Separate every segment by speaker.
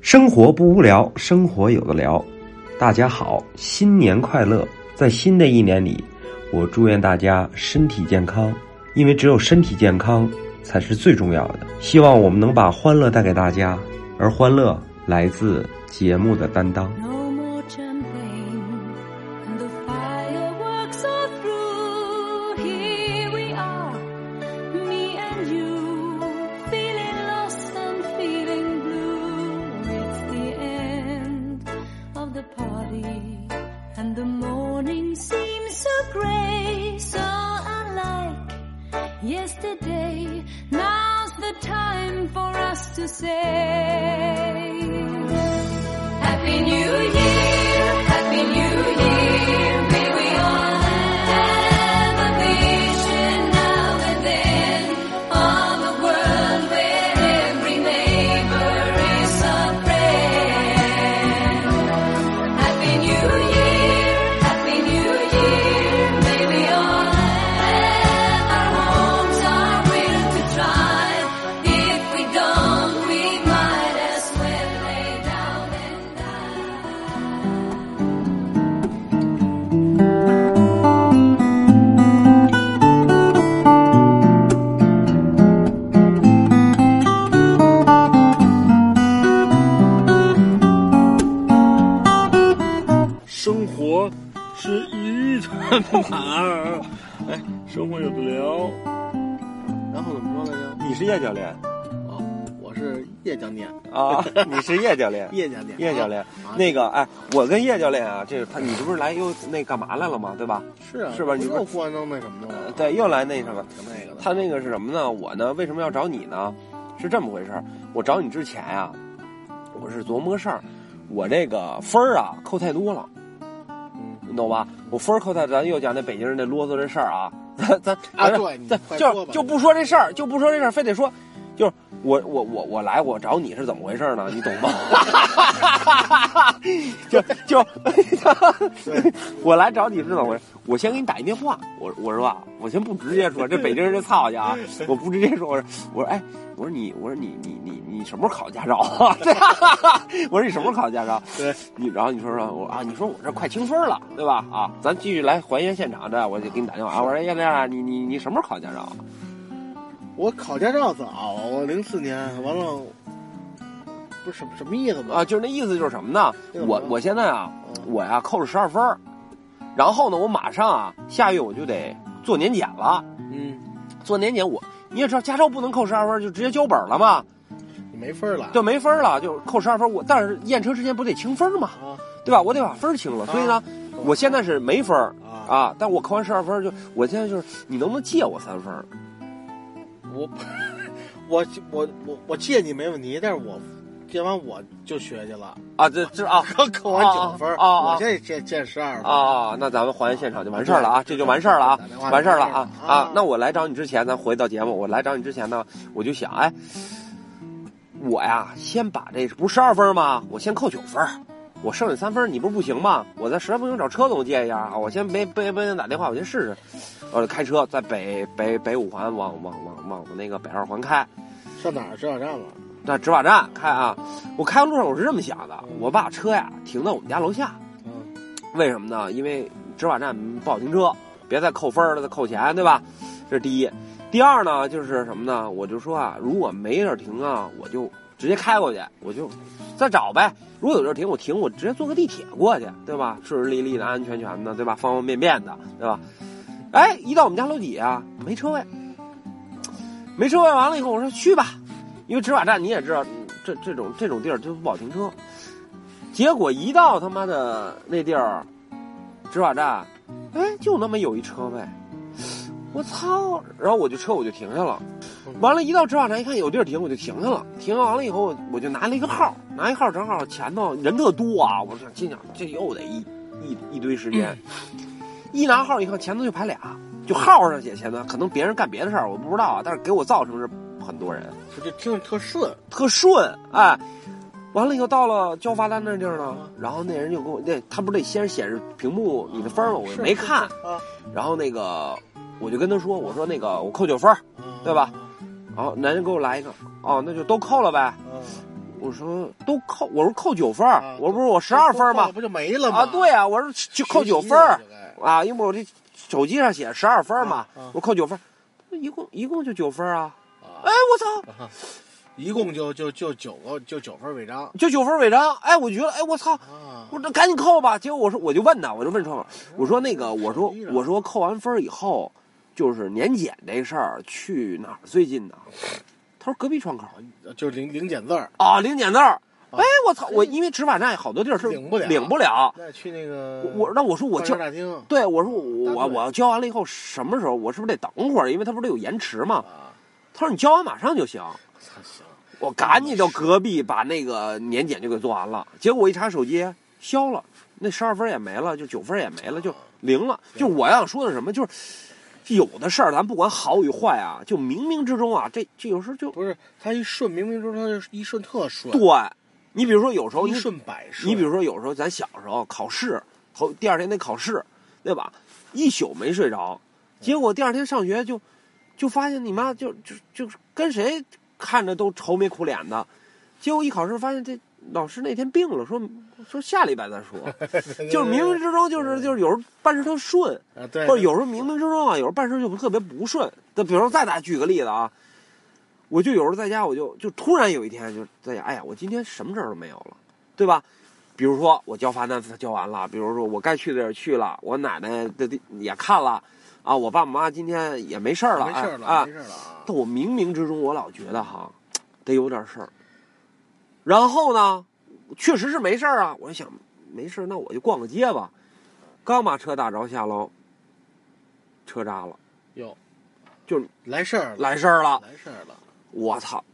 Speaker 1: 生活不无聊，生活有的聊。大家好，新年快乐！在新的一年里，我祝愿大家身体健康，因为只有身体健康才是最重要的。希望我们能把欢乐带给大家，而欢乐来自节目的担当。
Speaker 2: No more champagne, and the fireworks are through. Here we are, me and you, feeling lost and feeling blue. It's the end of the party, and the morning seems so grey, so unlike yesterday. Now's the time for us to say. Happy New Year, Happy New Year. May we all have a vision now and then of a world where every neighbor is our friend. Happy New Year, Happy New Year. May we all have our homes, our will to try. If we don't, we might as well lay down and die.
Speaker 3: 生活是一团麻儿，哎，生活有的聊。哎然后怎么说来着？
Speaker 1: 你是叶教练
Speaker 3: 哦，我是叶教练，
Speaker 1: 啊？ 你是叶教练？
Speaker 3: 叶教练，
Speaker 1: 叶教练
Speaker 3: 啊，
Speaker 1: 那个哎，我跟叶教练啊，这是他，你这不是来又那干嘛来了吗？对吧？
Speaker 3: 是啊，
Speaker 1: 是吧
Speaker 3: 不
Speaker 1: 你不
Speaker 3: 又忽然弄那什么了
Speaker 1: 呃？对，又来那什么。
Speaker 3: 挺那个的。
Speaker 1: 他那个是什么呢？我呢为什么要找你呢？是这么回事儿，我找你之前呀、我是琢磨个事儿，我这个分儿啊扣太多了，
Speaker 3: 嗯
Speaker 1: 你懂吧？我分儿扣太，咱又讲那北京人那啰嗦这事儿啊，咱咱
Speaker 3: 啊，
Speaker 1: 咱
Speaker 3: 对，你
Speaker 1: 咱
Speaker 3: 快说
Speaker 1: 就
Speaker 3: 吧。
Speaker 1: 就不说这事儿，就不说这事儿，非得说，就是我我我我来我找你是怎么回事呢？你懂 吗？就就 我来找你是怎么回事？我先给你打一电话，我我说吧，我先不直接说，这北京人这操去啊，我不直接说，我说我说哎，我说你我说你你你你什么时候考驾照啊？ 对啊我说你什么时候考驾照？
Speaker 3: 对，
Speaker 1: 你然后你说说我啊，你说我这快清分了，对吧？啊，咱继续来还原现场这，我就给你打电话啊，我说哎呀亮啊，你你你什么时候考驾照啊？
Speaker 3: 我考驾照早，啊我零四年完了，不是什么什么意思吧？
Speaker 1: 啊，就是那意思就是什么呢？
Speaker 3: 那个
Speaker 1: 我
Speaker 3: 什么
Speaker 1: 我现在啊，
Speaker 3: 嗯
Speaker 1: 我呀扣了十二分儿，然后呢，我马上啊下月我就得做年检了。
Speaker 3: 嗯，
Speaker 1: 做年检我你也知道，驾照不能扣十二分儿，就直接交本儿了嘛，
Speaker 3: 你没分儿了。
Speaker 1: 就没分儿了，就扣十二分儿。我但是验车之前不得清分儿嘛，
Speaker 3: 啊
Speaker 1: 对吧？我得把分儿清了。所以呢，我现在是没分儿
Speaker 3: 啊，
Speaker 1: 啊，但我扣完十二分儿就，我现在就是你能不能借我三分儿？
Speaker 3: 我我我我我借你没问题，但是我借完我就学去了。
Speaker 1: 啊？这这啊
Speaker 3: 刚扣完九分儿，
Speaker 1: 啊啊啊
Speaker 3: 我现在借借十二分儿。
Speaker 1: 啊，那咱们还原现场就完事儿了啊，这就完事儿了啊。完事儿了啊啊！那
Speaker 3: 我
Speaker 1: 我来找你之前，咱回到节目，我来找你之前呢，我就想，哎，我呀，先把这不是十二分吗？我先扣九分儿，我剩下三分儿，你不是不行吗？我再实在不行找车总借一下啊，我先没没没打电话，我先试试。我就开车在北北北五环往往往往那个北二环开，
Speaker 3: 上哪儿？指导站了。
Speaker 1: 那执法站开啊！我开路上我是这么想的，我把车呀停在我们家楼下，
Speaker 3: 嗯
Speaker 1: 为什么呢？因为执法站不好停车，别再扣分儿了，再扣钱，对吧？这是第一。第二呢，就是什么呢？我就说啊，如果没地儿停啊，我就直接开过去，我就再找呗。如果有地儿停，我停，我直接坐个地铁过去，对吧？顺顺利利的，安安全全的，对吧？方方便便的，对吧？哎，一到我们家楼底下没车位，没车位完了以后，我说去吧，因为执法站你也知道，嗯这这种这种地儿就不好停车。结果一到他妈的那地儿，执法站，哎，就那么有一车位，我操！然后我就车我就停下了，完了，一到执法站一看有地儿停，我就停下了。停下完了以后，我就拿了一个号，拿一号正好前头人特多啊，我想心想这又得一一一堆时间，一拿号一看前头就排俩，就号上写前头，可能别人干别的事儿我不知道啊，但是给我造成是很多人。
Speaker 4: 嗯
Speaker 3: 我就听着特顺，
Speaker 1: 特顺，哎，完了以后到了交罚单那地儿
Speaker 4: 嗯
Speaker 1: 呢，然后那人就跟我，那他不是得先显示屏幕你的分儿吗？我也
Speaker 3: 是
Speaker 1: 没看，
Speaker 4: 嗯
Speaker 3: 啊，
Speaker 1: 然后那个我就跟他说，我说那嗯哦个我扣九分儿，对吧？然后男人给我来一个，哦，那就都扣了呗。
Speaker 3: 嗯？
Speaker 1: 我说都扣，我说扣九分儿，
Speaker 4: 啊
Speaker 1: 我不是我十二分儿吗？
Speaker 4: 不就没了吗？
Speaker 1: 啊，对啊，我说就扣九分儿啊，因为我这手机上写十二分儿嘛，
Speaker 4: 啊啊
Speaker 1: 我扣九分儿，一共一共就九分儿啊。哎
Speaker 4: 啊，，
Speaker 1: 我操，
Speaker 4: 一共就就就九个，就九分违章
Speaker 1: 就九分儿违章。哎，我觉得，哎，我操，
Speaker 4: 啊
Speaker 1: 我说赶紧扣吧。结果我说，我就问他，我就问窗口，
Speaker 4: 哎
Speaker 1: 我说那个，我说
Speaker 4: 手机上
Speaker 1: 我说扣完分儿以后，就是年检这事儿去哪儿最近呢？他说隔壁窗口
Speaker 4: 哎就零零检字儿，
Speaker 1: 啊，零检那儿。哎，我操，我因为执法站好多地儿是
Speaker 4: 领不了嗯
Speaker 1: 领不了。
Speaker 4: 那去那个
Speaker 1: 我我那我啊说我
Speaker 4: 办
Speaker 1: 交
Speaker 4: 事大厅
Speaker 1: 对，我说我
Speaker 4: 大
Speaker 1: 我
Speaker 4: 队
Speaker 1: 我交完了以后，什么时候我是不是得等会儿？因为他不是得有延迟嘛。
Speaker 4: 啊，
Speaker 1: 他说你交完马上就行，
Speaker 4: 操行，
Speaker 1: 我赶紧到隔壁把那个年检就给做完了。结果我一查手机，消了，那十二分也没了，就九分也没了，就零了。就我想说的什么，就是有的事儿咱不管好与坏啊，就冥冥之中啊，这这有时候就
Speaker 4: 不是他一顺，冥冥中他就一顺特顺，
Speaker 1: 对。你比如说有时候
Speaker 4: 一
Speaker 1: 你
Speaker 4: 顺百顺。
Speaker 1: 你 比如说，有时候咱小时候考试，头第二天得考试，对吧？一宿没睡着，结果第二天上学就就发现你妈就就就是跟谁看着都愁眉苦脸的，结果一考试发现这老师那天病了，说说下礼拜再说，就是冥冥之中就是就是有时候办事特顺，
Speaker 4: 啊，对，
Speaker 1: 或者有时候冥冥之中啊，有时候办事就特别不顺。就比如说再打举个例子啊，我就有时候在家，我就就突然有一天就在家，哎呀，我今天什么事儿都没有了，对吧？比如说我交罚单交完了，比如说我该去的地儿去了，我奶奶的地也看了，啊，我爸我妈今天也没事儿了，
Speaker 4: 没事儿
Speaker 1: 哎啊
Speaker 4: 了，没事儿了啊。
Speaker 1: 但我冥冥之中，我老觉得哈，得有点事儿。然后呢，确实是没事儿啊。我就想，没事儿，那我就逛个街吧。刚把车打着下楼，车扎了，
Speaker 4: 哟，
Speaker 1: 就
Speaker 4: 来事儿了，
Speaker 1: 来事儿了。
Speaker 4: 来事儿了，
Speaker 1: 我操！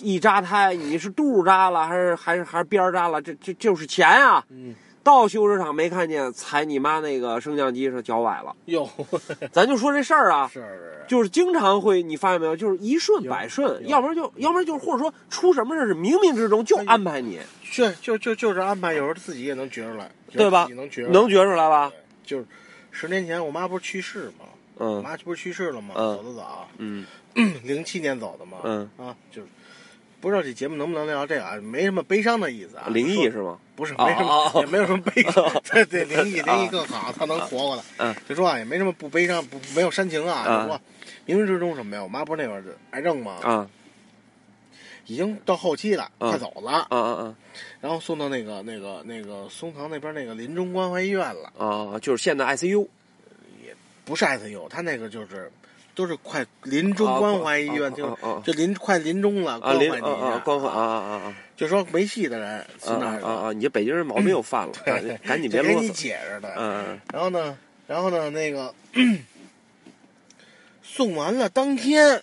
Speaker 1: 一扎胎，你是肚扎了还是还是还是边儿扎了？这这就是钱啊！
Speaker 4: 嗯，
Speaker 1: 到修车厂没看见踩你妈那个升降机上脚崴了。
Speaker 4: 哟，
Speaker 1: 咱就说这事儿啊，
Speaker 4: 事儿
Speaker 1: 就是经常会，你发现没有？就是一顺百顺，
Speaker 4: 有
Speaker 1: 要不然就，要不然就，或者说出什么事儿是冥冥之中就安排你，
Speaker 4: 确就就就是安排，有时候自己也能觉出来，
Speaker 1: 对吧
Speaker 4: 自己能觉出来
Speaker 1: 能觉出来吧？
Speaker 4: 就是十年前我妈不是去世吗？我
Speaker 1: 嗯
Speaker 4: 妈不是去世了吗？
Speaker 1: 嗯
Speaker 4: 走的早，
Speaker 1: 嗯
Speaker 4: 零七年走的嘛。
Speaker 1: 嗯
Speaker 4: 啊，就是不知道这节目能不能聊这个啊？没什么悲伤的意思啊，
Speaker 1: 灵异是吗？
Speaker 4: 不是
Speaker 1: 啊
Speaker 4: 没什
Speaker 1: 啊啊
Speaker 4: 么，也没有什么悲伤。 对对，灵异灵异更好，他能活过
Speaker 1: 哦
Speaker 4: 来。
Speaker 1: 嗯，
Speaker 4: 就说啊，也没什么不悲伤，不没有煽情啊。
Speaker 1: 嗯
Speaker 4: 就说冥冥之中什么呀？我妈不是那会儿癌症吗？
Speaker 1: 啊
Speaker 4: 已经到后期了，
Speaker 1: 嗯
Speaker 4: 快走了
Speaker 1: 啊，啊
Speaker 4: 然后送到那个那个那个松堂那边那个临终关怀医院了，
Speaker 1: 啊啊！就是现在 ICU
Speaker 4: 不是 ICU，他那个就是都是快临终
Speaker 1: 啊
Speaker 4: 关怀医
Speaker 1: 啊
Speaker 4: 院，就
Speaker 1: 啊啊啊
Speaker 4: 就临快临终了，
Speaker 1: 啊，
Speaker 4: 关怀
Speaker 1: 临
Speaker 4: 你一
Speaker 1: 啊啊
Speaker 4: 下，
Speaker 1: 关怀啊啊啊啊
Speaker 4: 就说没戏的人
Speaker 1: 啊
Speaker 4: 送那儿去
Speaker 1: 啊
Speaker 4: 了，
Speaker 1: 啊！你这北京人毛病又犯了，赶紧赶紧别
Speaker 4: 就给
Speaker 1: 啰
Speaker 4: 你
Speaker 1: 嗦。
Speaker 4: 解释的，
Speaker 1: 嗯
Speaker 4: 然后呢，然后呢，那个 送完了当天，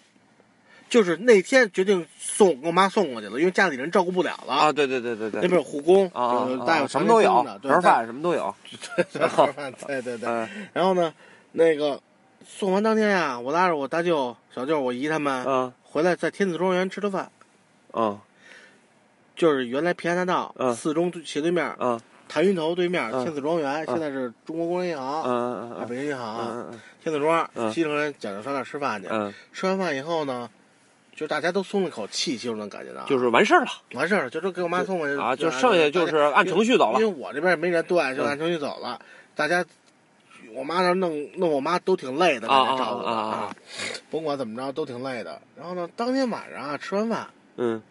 Speaker 4: 就是那天决定送我妈送过去了，因为家里人照顾不了了。
Speaker 1: 啊，对对对对
Speaker 4: 那
Speaker 1: 对
Speaker 4: 边。有护工，
Speaker 1: 啊啊
Speaker 4: 有
Speaker 1: 啊
Speaker 4: 大夫
Speaker 1: 啊什么都有
Speaker 4: 旁边，盯着
Speaker 1: 盒
Speaker 4: 对，大
Speaker 1: 饭什么都有。
Speaker 4: 对盒 饭，对对对。
Speaker 1: 嗯
Speaker 4: 然后呢，那个送完当天啊，我拉着我大舅、小舅、我姨他们、
Speaker 1: 嗯
Speaker 4: 回来，在天子庄园吃的饭，
Speaker 1: 嗯
Speaker 4: 就是原来平安大道、
Speaker 1: 嗯
Speaker 4: 四中对斜对面、
Speaker 1: 嗯
Speaker 4: 谭云头对面、
Speaker 1: 嗯
Speaker 4: 天子庄园，现在是中国工商银行、
Speaker 1: 嗯
Speaker 4: 啊北
Speaker 1: 嗯
Speaker 4: 京银行、
Speaker 1: 嗯
Speaker 4: 天子庄、
Speaker 1: 嗯
Speaker 4: 西城人讲究上那儿吃饭去。
Speaker 1: 嗯，
Speaker 4: 吃完饭以后呢，就大家都松了口气，其实能感觉到，
Speaker 1: 就是完事儿了
Speaker 4: 完事儿了，就都给我妈送过去
Speaker 1: 啊，就剩下就是按程序走了
Speaker 4: 因为。我这边也没人，对，就
Speaker 1: 嗯
Speaker 4: 按程序走了。大家，我妈那儿弄弄我妈都挺累的，
Speaker 1: 啊
Speaker 4: 在那照顾的
Speaker 1: 啊啊啊啊，
Speaker 4: 甭管怎么着都挺累的。然后呢，当天晚上啊，吃完饭
Speaker 1: 嗯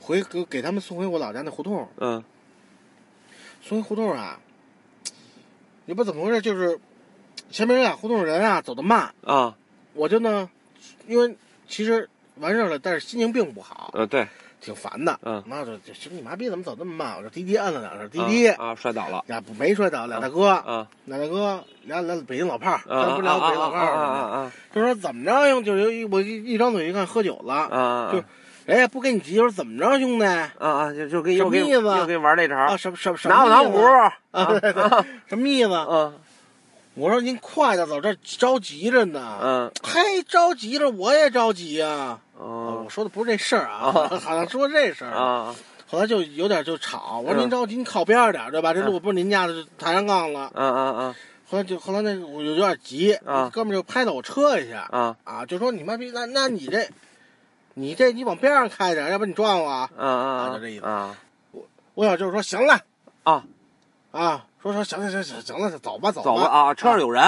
Speaker 4: 回给给他们送回我老家那胡同，
Speaker 1: 嗯
Speaker 4: 送回胡同啊，也不知道怎么回事，就是前面俩胡同人啊走的慢，
Speaker 1: 啊
Speaker 4: 我就呢，因为其实完事儿了，但是心情并不好，
Speaker 1: 嗯对。
Speaker 4: 挺烦的。
Speaker 1: 嗯
Speaker 4: 妈就就行，你麻逼怎么走那么慢？我这滴滴摁了两下，滴滴
Speaker 1: 啊啊摔倒了
Speaker 4: 俩不没摔倒，俩大哥，
Speaker 1: 啊
Speaker 4: 俩大哥，俩俩北京老炮儿，
Speaker 1: 啊啊
Speaker 4: 咱不聊北京老炮
Speaker 1: 啊啊
Speaker 4: 儿了吗，
Speaker 1: 啊
Speaker 4: 就说怎么着，兄弟，就一我一一张嘴一看喝酒
Speaker 1: 啊
Speaker 4: 了，
Speaker 1: 啊！
Speaker 4: 就人家不跟你急，说怎么着，兄弟啊，
Speaker 1: 啊啊就就跟又跟又跟玩那茬儿，
Speaker 4: 什么什么什么
Speaker 1: 拿不拿
Speaker 4: 意
Speaker 1: 壶
Speaker 4: 思啊？对对
Speaker 1: 啊
Speaker 4: 什么意思？
Speaker 1: 嗯
Speaker 4: 我说您快点走，这着急着呢。
Speaker 1: 嗯
Speaker 4: 嘿，着急着，我也着急呀。啊
Speaker 1: 嗯
Speaker 4: 我说的不是这事儿啊，
Speaker 1: 啊
Speaker 4: 好像说这事儿。
Speaker 1: 啊
Speaker 4: 后来就有点就吵，我说
Speaker 1: 嗯
Speaker 4: 您着急，您靠边儿点儿，对
Speaker 1: 啊
Speaker 4: 吧？这路不是您家的，就抬上杠了。
Speaker 1: 嗯嗯
Speaker 4: 后来就后来那我就有点急，
Speaker 1: 啊
Speaker 4: 哥们儿就拍了我车一下，
Speaker 1: 嗯
Speaker 4: 啊，就说你妈逼，那那你这你这你往边上开点，要不然你撞我啊！
Speaker 1: 啊啊
Speaker 4: 就这意思
Speaker 1: 啊
Speaker 4: 我想就是说行了
Speaker 1: 啊，
Speaker 4: 啊，说说行行行行行了，走吧走吧
Speaker 1: 走吧啊，车上有人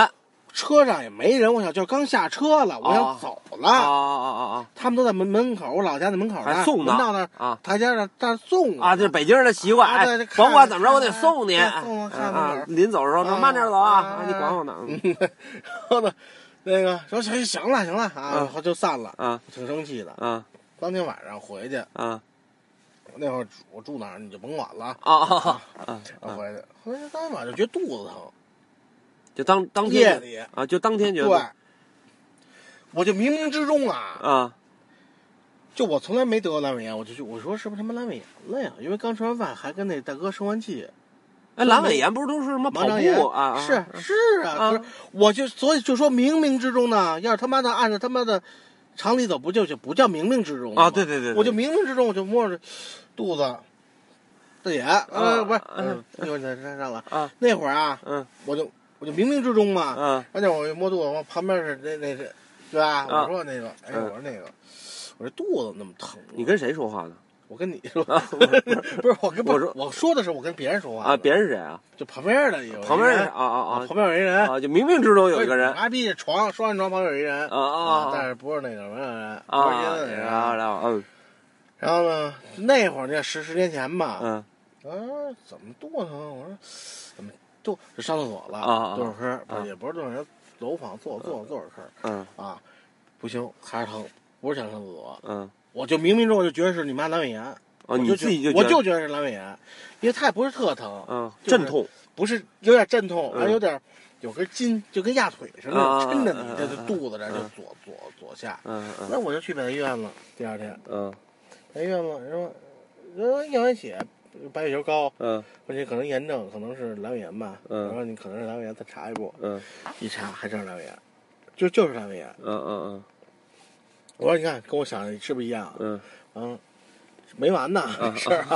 Speaker 4: 车上也没人，我想就是刚下车了，我想走了，
Speaker 1: 啊啊啊
Speaker 4: 他们都在门门口，我老家那门口
Speaker 1: 啊，
Speaker 4: 呢，
Speaker 1: 还送呢
Speaker 4: 门道那儿
Speaker 1: 啊
Speaker 4: 他家那那儿送我
Speaker 1: 啊，这是北京人的习惯，
Speaker 4: 啊
Speaker 1: 哎
Speaker 4: 对这，看
Speaker 1: 甭管怎么着，我得
Speaker 4: 看
Speaker 1: 送你。
Speaker 4: 看送我看门
Speaker 1: 啊
Speaker 4: 口，
Speaker 1: 临走的时候说慢点走啊，
Speaker 4: 啊
Speaker 1: 啊你管我呢。嗯
Speaker 4: 嗯 然后呢，那个说行行了行了啊，
Speaker 1: 嗯
Speaker 4: 然后就散了，
Speaker 1: 啊
Speaker 4: 挺生气的。
Speaker 1: 啊
Speaker 4: 当天晚上回去，
Speaker 1: 啊
Speaker 4: 那会儿住我住哪儿你就甭管了，
Speaker 1: 啊啊啊！
Speaker 4: 啊回去。后来就当天晚上就觉得肚子疼，
Speaker 1: 就当当
Speaker 4: 夜
Speaker 1: 天
Speaker 4: 里
Speaker 1: 啊，就当天觉
Speaker 4: 对
Speaker 1: 得，
Speaker 4: 我就冥冥之中啊，
Speaker 1: 啊
Speaker 4: 就我从来没得过阑尾炎，我就去我说是不是他妈阑尾炎了呀？因为刚吃完饭还跟那大哥生完气，
Speaker 1: 哎，阑尾炎不是都是什么跑
Speaker 4: 盲肠炎
Speaker 1: 步啊？啊
Speaker 4: 是是
Speaker 1: 啊
Speaker 4: 啊，可是我就所以就说冥冥之中呢，要是他妈的按照他妈的常理走，不就就不叫冥冥之中了吗
Speaker 1: 啊，对对对，对
Speaker 4: 我就冥冥之中我就摸着肚子，这也
Speaker 1: 啊
Speaker 4: 呃不是
Speaker 1: 啊，
Speaker 4: 嗯一会儿再再上了
Speaker 1: 啊。
Speaker 4: 那会儿啊，
Speaker 1: 嗯
Speaker 4: 我就我就冥冥之中嘛，
Speaker 1: 嗯
Speaker 4: 而且我就摸肚子，我旁边是那那是，对吧？
Speaker 1: 啊
Speaker 4: 我说那个，哎，
Speaker 1: 嗯
Speaker 4: 我说那个，我这肚子那么疼啊，
Speaker 1: 你跟谁说话呢？
Speaker 4: 我跟你说，
Speaker 1: 啊
Speaker 4: 不是我跟
Speaker 1: 我
Speaker 4: 我
Speaker 1: 说
Speaker 4: 我说的是我跟别人说话
Speaker 1: 啊，
Speaker 4: 呢
Speaker 1: 别人是谁啊？
Speaker 4: 就旁边的有
Speaker 1: 旁边
Speaker 4: 一
Speaker 1: 是
Speaker 4: 人
Speaker 1: 啊啊
Speaker 4: 旁边有一人
Speaker 1: 啊，啊！就冥冥之中有一个人啊
Speaker 4: 妈逼床双人床旁边有一人
Speaker 1: 啊啊
Speaker 4: 但是不是那个什么人，
Speaker 1: 啊
Speaker 4: 不是阴的人
Speaker 1: 啊，然后嗯
Speaker 4: 然后呢，那会儿那十十年前吧，
Speaker 1: 嗯
Speaker 4: 啊，怎么肚子疼？我说怎么肚就上厕所了
Speaker 1: 啊啊啊
Speaker 4: 多少声不
Speaker 1: 啊
Speaker 4: 是也不是多少声，楼房坐坐坐少声
Speaker 1: 嗯
Speaker 4: 啊，不行还是疼，不是想上厕所，
Speaker 1: 嗯，
Speaker 4: 我就冥冥中我就觉得是你妈阑尾炎，
Speaker 1: 哦，
Speaker 4: 我
Speaker 1: 你
Speaker 4: 就
Speaker 1: 自己
Speaker 4: 觉
Speaker 1: 就
Speaker 4: 我
Speaker 1: 觉得
Speaker 4: 就觉得是阑尾炎，因为它也不是特疼，
Speaker 1: 嗯
Speaker 4: 就是
Speaker 1: 阵痛
Speaker 4: 不是有点阵痛，
Speaker 1: 嗯
Speaker 4: 还有点有根筋，就跟压腿似的
Speaker 1: 啊啊啊
Speaker 4: 抻着你
Speaker 1: 啊啊
Speaker 4: 这这
Speaker 1: 啊
Speaker 4: 肚子这
Speaker 1: 啊
Speaker 4: 就左左左下，
Speaker 1: 嗯嗯
Speaker 4: 那我就去北医院了，第二天
Speaker 1: 嗯
Speaker 4: 北医院了，人说人说验完血白血球高。
Speaker 1: 嗯
Speaker 4: 而且可能炎症，可能是阑尾炎吧。
Speaker 1: 嗯
Speaker 4: 然后你可能是阑尾炎，再查一步，
Speaker 1: 嗯
Speaker 4: 一查还真是阑尾炎，就就是阑尾炎。
Speaker 1: 嗯嗯
Speaker 4: 我说你看，跟我想的是不是一样？
Speaker 1: 嗯
Speaker 4: 嗯，没完呢，
Speaker 1: 嗯
Speaker 4: 是 啊。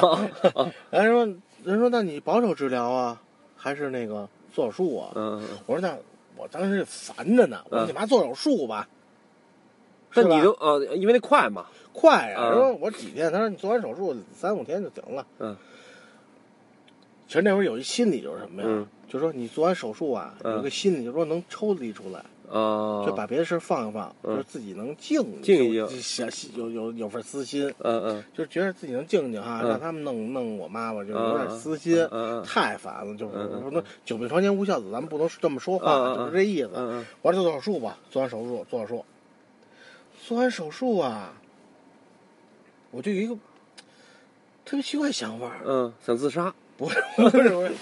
Speaker 1: 嗯
Speaker 4: 人说人说那你保守治疗啊，还是那个做手术啊？
Speaker 1: 嗯。
Speaker 4: 我说那我当时烦着呢，我说
Speaker 1: 嗯
Speaker 4: 你妈做手术吧。
Speaker 1: 但
Speaker 4: 是吧
Speaker 1: 你都呃，因为那快嘛，
Speaker 4: 快
Speaker 1: 嗯
Speaker 4: 啊！说我几天，他说你做完手术三五天就行了。
Speaker 1: 嗯，
Speaker 4: 其实那会儿有一心理就是什么呀？
Speaker 1: 嗯
Speaker 4: 就说你做完手术啊，
Speaker 1: 嗯
Speaker 4: 有个心理，就说能抽离出来，
Speaker 1: 啊，
Speaker 4: 就把别的事儿放一放，
Speaker 1: 嗯
Speaker 4: 就是自己能静
Speaker 1: 静一静
Speaker 4: 想有有有份私心，
Speaker 1: 嗯嗯，
Speaker 4: 就觉得自己能静静哈，
Speaker 1: 嗯
Speaker 4: 让他们弄弄我妈妈，就是
Speaker 1: 嗯
Speaker 4: 有点私心
Speaker 1: 嗯，嗯嗯
Speaker 4: 太烦了，就是
Speaker 1: 嗯嗯
Speaker 4: 我说久病床前无孝子，咱们不能这么说
Speaker 1: 嗯
Speaker 4: 话，
Speaker 1: 嗯嗯
Speaker 4: 就是这意思。
Speaker 1: 嗯嗯
Speaker 4: 我说做手术吧，做完手术，做手术，做完手术啊，我就有一个特别奇怪的想法，
Speaker 1: 嗯，想自杀，
Speaker 4: 不是不是不是，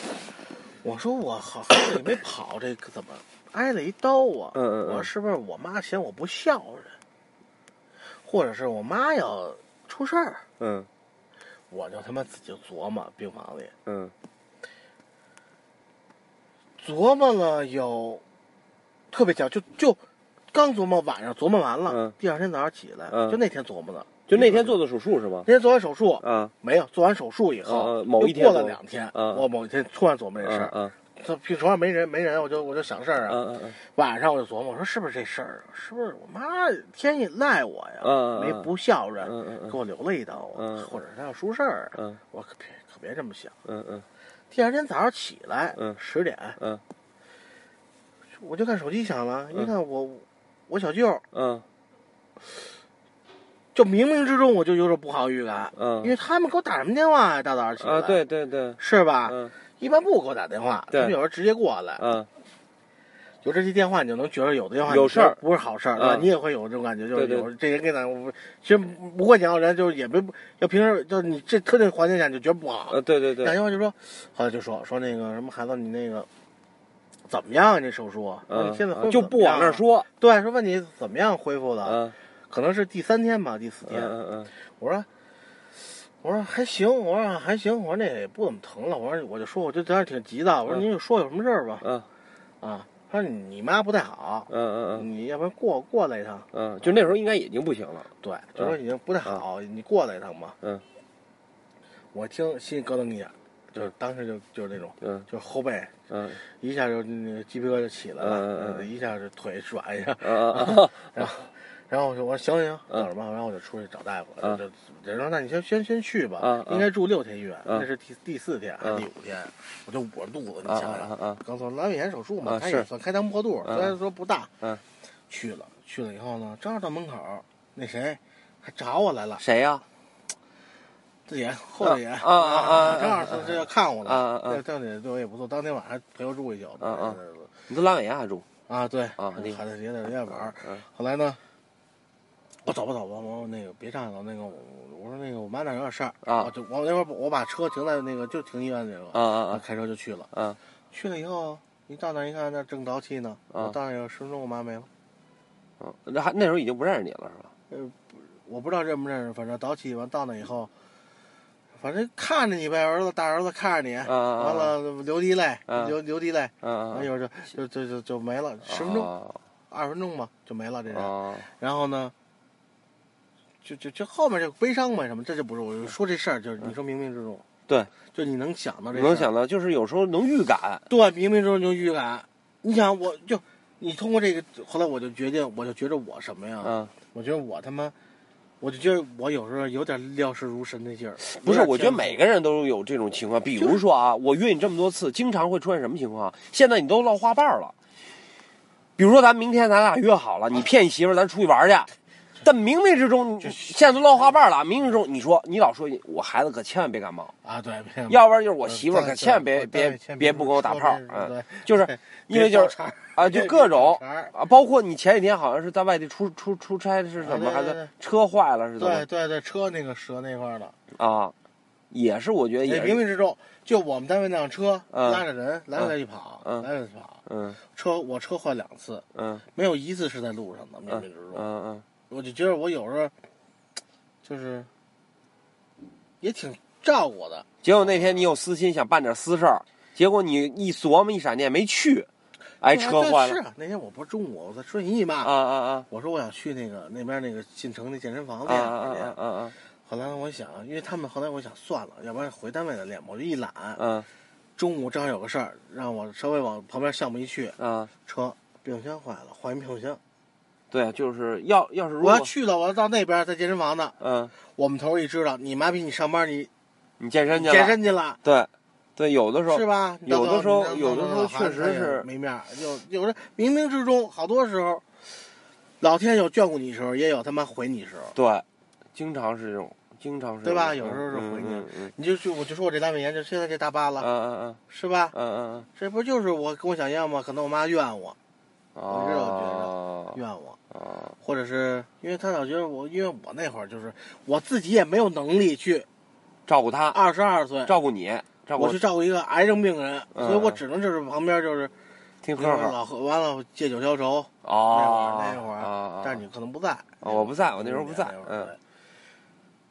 Speaker 4: 我说我好好久也没跑，这可怎么挨了一刀啊？
Speaker 1: 嗯嗯嗯
Speaker 4: 我说是不是我妈嫌我不孝顺，或者是我妈要出事儿？
Speaker 1: 嗯
Speaker 4: 我就他妈自己琢磨病房里
Speaker 1: 嗯
Speaker 4: 琢磨了有特别巧，就就刚琢磨晚上琢磨完了，
Speaker 1: 嗯
Speaker 4: 第二天早上起来、
Speaker 1: 嗯
Speaker 4: 就那天琢磨的，
Speaker 1: 就那天做的手术是吗？
Speaker 4: 那天做完手术、
Speaker 1: 啊
Speaker 4: 没有做完手术以后，
Speaker 1: 嗯嗯某一天
Speaker 4: 又过
Speaker 1: 琢
Speaker 4: 了
Speaker 1: 磨
Speaker 4: 两天，
Speaker 1: 嗯
Speaker 4: 我某一天突然琢磨这
Speaker 1: 啊
Speaker 4: 事儿，
Speaker 1: 啊
Speaker 4: 这病床上没人没人，我就我就想事儿
Speaker 1: 啊
Speaker 4: 啊，
Speaker 1: 啊
Speaker 4: 晚上我就琢磨，我说是不是这事儿啊？是不是我妈天意赖我呀？
Speaker 1: 嗯嗯嗯
Speaker 4: 没不孝顺，
Speaker 1: 嗯嗯嗯
Speaker 4: 给我留了一刀啊，
Speaker 1: 嗯
Speaker 4: 或者是她要出事儿啊？
Speaker 1: 嗯
Speaker 4: 我可别可别这么想。
Speaker 1: 嗯嗯
Speaker 4: 第二天早上起来，
Speaker 1: 嗯
Speaker 4: 十点
Speaker 1: 嗯
Speaker 4: 我就看手机响了，一看我、我小舅，
Speaker 1: 嗯
Speaker 4: 就冥冥之中我就有种不好预感，
Speaker 1: 嗯
Speaker 4: 因为他们给我打什么电话呀、大早上起来
Speaker 1: 啊，对，对对，
Speaker 4: 是吧？
Speaker 1: 嗯
Speaker 4: 一般不给我打电话，
Speaker 1: 对
Speaker 4: 他们有时候直接过来，
Speaker 1: 嗯
Speaker 4: 有这些电话，你就能觉得有的电话
Speaker 1: 有事儿
Speaker 4: 你觉得不是好事儿，对吧？
Speaker 1: 嗯
Speaker 4: 你也会有这种感觉，就是
Speaker 1: 对对
Speaker 4: 有这人跟咱，我其实不会讲，人就是也没要平时就你这特定环境下你就觉得不好
Speaker 1: 啊，，对对
Speaker 4: 打
Speaker 1: 对，
Speaker 4: 电话就说，后来就说说那个什么孩子，你那个怎么样啊？这手术，说
Speaker 1: 嗯
Speaker 4: 你现在恢复
Speaker 1: 就
Speaker 4: 怎么
Speaker 1: 不往那儿
Speaker 4: 样啊，
Speaker 1: 说，
Speaker 4: 对，说问你怎么样恢复的，
Speaker 1: 嗯
Speaker 4: 可能是第三天吧，第四
Speaker 1: 嗯
Speaker 4: 天，
Speaker 1: 嗯
Speaker 4: 我说。我说还行，我说还行，我说那也不怎么疼了，我说我就说我就有点挺急的，我说
Speaker 1: 嗯
Speaker 4: 您就说有什么事儿吧，
Speaker 1: 嗯
Speaker 4: 啊，他说你妈不太好，
Speaker 1: 嗯嗯
Speaker 4: 你要不然过过来一趟，
Speaker 1: 嗯，就那时候应该已经不行了，
Speaker 4: 对，就说已经不太好，你过来一趟吧。
Speaker 1: 嗯
Speaker 4: 我听心里咯噔一下，就是当时就就是那种，
Speaker 1: 嗯
Speaker 4: 就是后背
Speaker 1: 嗯
Speaker 4: 一下就那个鸡皮疙瘩就起来了，
Speaker 1: 嗯嗯嗯
Speaker 4: 一下就腿甩一下，
Speaker 1: 嗯嗯
Speaker 4: 然后然后我就我说行行，
Speaker 1: 嗯
Speaker 4: 等着吧。然后我就出去找大夫
Speaker 1: 嗯
Speaker 4: 了。就人说那你先先先去吧，
Speaker 1: 嗯嗯
Speaker 4: 应该住六天医院，
Speaker 1: 嗯
Speaker 4: 那是第第四天还
Speaker 1: 嗯
Speaker 4: 是第五天？我就捂着肚子，你
Speaker 1: 啊
Speaker 4: 想
Speaker 1: 啊
Speaker 4: 想，
Speaker 1: 啊啊
Speaker 4: 刚做阑尾炎手术嘛，
Speaker 1: 啊
Speaker 4: 他
Speaker 1: 是
Speaker 4: 也算开膛破肚，
Speaker 1: 嗯
Speaker 4: 虽然说不大。
Speaker 1: 嗯，
Speaker 4: 去了去了以后呢，正好到门口，那谁还找我来了，
Speaker 1: 谁呀？
Speaker 4: 自己后来也
Speaker 1: 啊啊啊啊啊
Speaker 4: 正好说这要看我了，
Speaker 1: 啊啊啊
Speaker 4: 那邓姐对我也不错，当天晚上还陪我住一宿。
Speaker 1: 啊啊你都阑尾炎还住？
Speaker 4: 啊对
Speaker 1: 啊厉害
Speaker 4: 孩子也在人家玩儿。
Speaker 1: 嗯
Speaker 4: 后来呢，我走吧走吧，我说那个别站了，那个我我说那个我妈那儿有点事儿
Speaker 1: 啊
Speaker 4: 我就我那会儿我把车停在那个就停医院那个，
Speaker 1: 啊啊
Speaker 4: 我
Speaker 1: 啊
Speaker 4: 开车就去了。
Speaker 1: 啊！
Speaker 4: 去了以后，一到那儿一看，那正淘气呢，
Speaker 1: 啊
Speaker 4: 我到那儿十分钟，我妈没了。
Speaker 1: 嗯那还那时候已经不认识你了是吧？
Speaker 4: 我不知道认不认识，反正早起完到那以后，反正看着你呗，儿子大儿子看着你，
Speaker 1: 啊啊
Speaker 4: 完了流滴泪，
Speaker 1: 啊
Speaker 4: 流流滴泪，
Speaker 1: 嗯
Speaker 4: 完一
Speaker 1: 嗯，
Speaker 4: 会儿就就就就就没了，十分钟
Speaker 1: 啊
Speaker 4: 二十分钟吧就没了这人。
Speaker 1: 啊
Speaker 4: 然后呢，就就就后面就悲伤嘛什么，这就不是我说这事儿，就是你说冥冥之中，
Speaker 1: 嗯对，
Speaker 4: 就你能想到这，
Speaker 1: 能，想到就是有时候能预感，
Speaker 4: 对，冥冥之中就预感。你想，我就你通过这个，后来我就决定，我就觉着我什么呀？
Speaker 1: 嗯，
Speaker 4: 我觉得我他妈，我就觉得我有时候有点料事如神的劲儿。
Speaker 1: 不是，
Speaker 4: 有点
Speaker 1: 我觉得每个人都有这种情况。比如说啊，我约你这么多次，经常会出现什么情况？现在你都落花瓣了。比如说，咱明天咱俩约好了，
Speaker 4: 啊
Speaker 1: 你骗你媳妇儿，咱出去玩去。但冥冥之中，你现在都落花瓣了。冥冥之中，你说你老说我孩子可千万别感冒，
Speaker 4: 天赋啊，对，别
Speaker 1: 要不然就是我媳妇儿
Speaker 4: 嗯
Speaker 1: 可千万别
Speaker 4: 对对
Speaker 1: 别
Speaker 4: 千万
Speaker 1: 别不跟我打炮
Speaker 4: 说这，个
Speaker 1: 嗯
Speaker 4: 对，
Speaker 1: 就是
Speaker 4: 对
Speaker 1: 因为就是
Speaker 4: 别找茬儿
Speaker 1: 啊，就各种
Speaker 4: 别找茬儿
Speaker 1: 啊，包括你前几天好像是在外地出出出差是什么，
Speaker 4: 啊对
Speaker 1: 还
Speaker 4: 对
Speaker 1: 是
Speaker 4: 对
Speaker 1: 车坏了是怎
Speaker 4: 对
Speaker 1: 么
Speaker 4: 对对，车那个折那块儿的，
Speaker 1: 啊？也是，我觉得
Speaker 4: 也
Speaker 1: 也
Speaker 4: 哎冥
Speaker 1: 是
Speaker 4: 冥之中，就我们单位那辆车
Speaker 1: 嗯
Speaker 4: 拉着人来回去跑，
Speaker 1: 嗯
Speaker 4: 来回去跑，
Speaker 1: 嗯
Speaker 4: 车我车坏两次，
Speaker 1: 嗯
Speaker 4: 没有一次是在路上的，冥冥
Speaker 1: 嗯
Speaker 4: 之中，
Speaker 1: 嗯嗯。
Speaker 4: 我就觉得我有时候就是也挺照顾我的，
Speaker 1: 结果那天你有私心想办点私事儿，结果你一琢磨一闪念没去，哎，
Speaker 4: 对啊
Speaker 1: 车
Speaker 4: 对
Speaker 1: 坏
Speaker 4: 是
Speaker 1: 了
Speaker 4: 啊，那天我不是中午我在顺义嘛，
Speaker 1: 啊啊啊
Speaker 4: 我说我想去那个那边那个进城那健身房
Speaker 1: 啊啊
Speaker 4: 练。
Speaker 1: 啊啊啊
Speaker 4: 后来我想，因为他们后来我想算了，要不然回单位再练吧。我就一懒，
Speaker 1: 啊
Speaker 4: 中午正好有个事儿，让我稍微往旁边项目一去，
Speaker 1: 啊啊！
Speaker 4: 车变速箱坏了，换一变速箱。
Speaker 1: 对，就是要要是如
Speaker 4: 我要
Speaker 1: 果
Speaker 4: 去了，我要到那边在健身房呢。
Speaker 1: 嗯，
Speaker 4: 我们头儿一知道，你妈逼你上班你
Speaker 1: 你健身去了，
Speaker 4: 健身去了。
Speaker 1: 对对，有的时候
Speaker 4: 是吧？
Speaker 1: 有的时候
Speaker 4: 到时
Speaker 1: 有的时候
Speaker 4: 到时候
Speaker 1: 确实
Speaker 4: 还
Speaker 1: 是
Speaker 4: 没面儿。有有人冥冥之中，好多时候，老天有眷顾你时候，也有他妈毁你时候。
Speaker 1: 对，经常是这种，经常是
Speaker 4: 对吧
Speaker 1: 这种
Speaker 4: 有时候是
Speaker 1: 嗯
Speaker 4: 回
Speaker 1: 嗯嗯
Speaker 4: 你就就我就说我这阑尾炎，就现在这大疤
Speaker 1: 嗯
Speaker 4: 了，
Speaker 1: 嗯
Speaker 4: 是吧
Speaker 1: 嗯？嗯
Speaker 4: 这不就是我跟我想一样吗？可能我妈怨我，
Speaker 1: 嗯嗯
Speaker 4: 我知道我觉得
Speaker 1: 哦
Speaker 4: 怨我，
Speaker 1: 哦
Speaker 4: 或者是因为她老觉得我，因为我那会儿就是我自己也没有能力去
Speaker 1: 照顾他，
Speaker 4: 二十二岁，
Speaker 1: 照顾你，照顾
Speaker 4: 啊我去照顾一个癌症病人，
Speaker 1: 嗯
Speaker 4: 所以我只能就是旁边就是
Speaker 1: 听
Speaker 4: 那
Speaker 1: 呵
Speaker 4: 会儿
Speaker 1: 呵
Speaker 4: 老喝完了借酒消愁，
Speaker 1: 哦，
Speaker 4: 那会儿那会儿，
Speaker 1: 啊
Speaker 4: 但是你可能不在，
Speaker 1: 啊我不在，我那时候不在
Speaker 4: 那，会儿
Speaker 1: 嗯，。